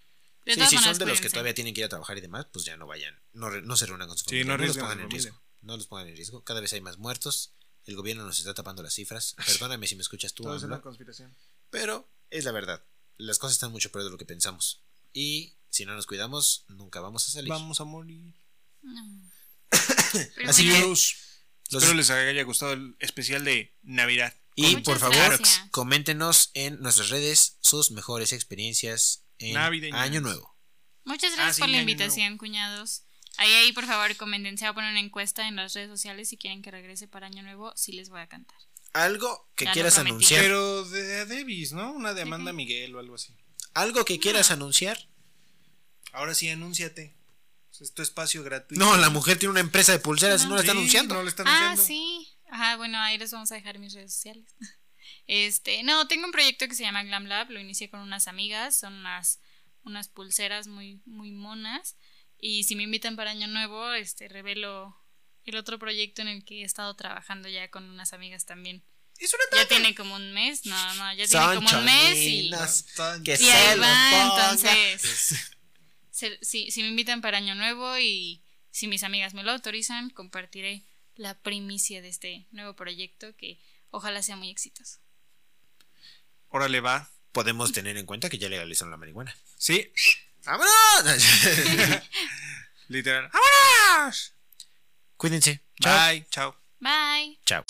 D: sí,
A: todas
D: si
A: maneras,
D: son de los que
A: cuídense.
D: todavía tienen que ir a trabajar y demás, pues ya no vayan, no, re- no se reúnan con
B: Sí,
D: su familia,
B: no
D: no, los
B: arriesguen a
D: pongan
B: su
D: en
B: familia.
D: riesgo, no los pongan en riesgo, cada vez hay más muertos, el gobierno nos está tapando las cifras, perdóname si me escuchas tú,
B: Todo es
D: AMLO,
B: una conspiración.
D: pero es la verdad, las cosas están mucho peor de lo que pensamos, y si no nos cuidamos, nunca vamos a salir.
B: Vamos a morir.
A: No. Pero
D: Así
A: bueno,
B: Adiós.
D: Los-
B: Espero les haya gustado el especial de Navidad.
D: y
A: Pues Muchas
D: por favor,
A: gracias.
D: coméntenos en nuestras redes sus mejores experiencias en
B: Navideñas.
D: Año Nuevo.
A: Muchas
B: Ah,
A: gracias
B: sí,
A: por la
B: año nuevo.
A: invitación, cuñados. Ahí, ahí, por favor, comenten. Se va a poner una encuesta en las redes sociales si quieren que regrese para Año Nuevo. Sí les voy a cantar.
D: Algo que
A: Ya lo
D: quieras
A: prometí.
D: anunciar,
B: Pero de a Davis, ¿no? Una de Amanda
A: Ujú.
B: Miguel o algo así.
D: algo que quieras anunciar.
B: Ahora sí, anúnciate. Es tu espacio gratuito.
D: No, la mujer tiene una empresa de pulseras, no la está
B: Sí,
D: anunciando.
B: No la está
A: Ah,
B: anunciando.
A: sí. Ajá, bueno, ahí les vamos a dejar mis redes sociales. Este, no, tengo un proyecto que se llama Glam Lab, lo inicié con unas amigas, son unas, unas pulseras muy, muy monas. Y si me invitan para Año Nuevo, este, revelo el otro proyecto en el que he estado trabajando ya con unas amigas también.
B: Es una
A: Ya tiene como un mes, no, no, ya tiene
D: Son
A: como un mes y,
D: cholinas.
B: Tan-
D: Que
A: y ahí
D: se
A: va,
D: lo ponga.
A: entonces. se- si, si me invitan para Año Nuevo y si mis amigas me lo autorizan, compartiré la primicia de este nuevo proyecto que ojalá sea muy exitoso.
B: Órale, va.
D: Podemos tener en cuenta que ya legalizaron la marihuana.
B: Sí,
D: ¡Vámonos!
B: literal. ¡Vámonos!
D: Cuídense. Chao.
B: Bye. Chao.
A: Bye.
D: Chao.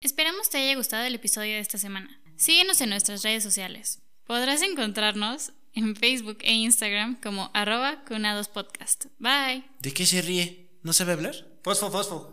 A: Esperamos te haya gustado el episodio de esta semana. Síguenos en nuestras redes sociales. Podrás encontrarnos en Facebook e Instagram como arroba cunadospodcast. Bye.
C: ¿De qué se ríe? ¿No sabe hablar?
F: Fosfo, fosfo.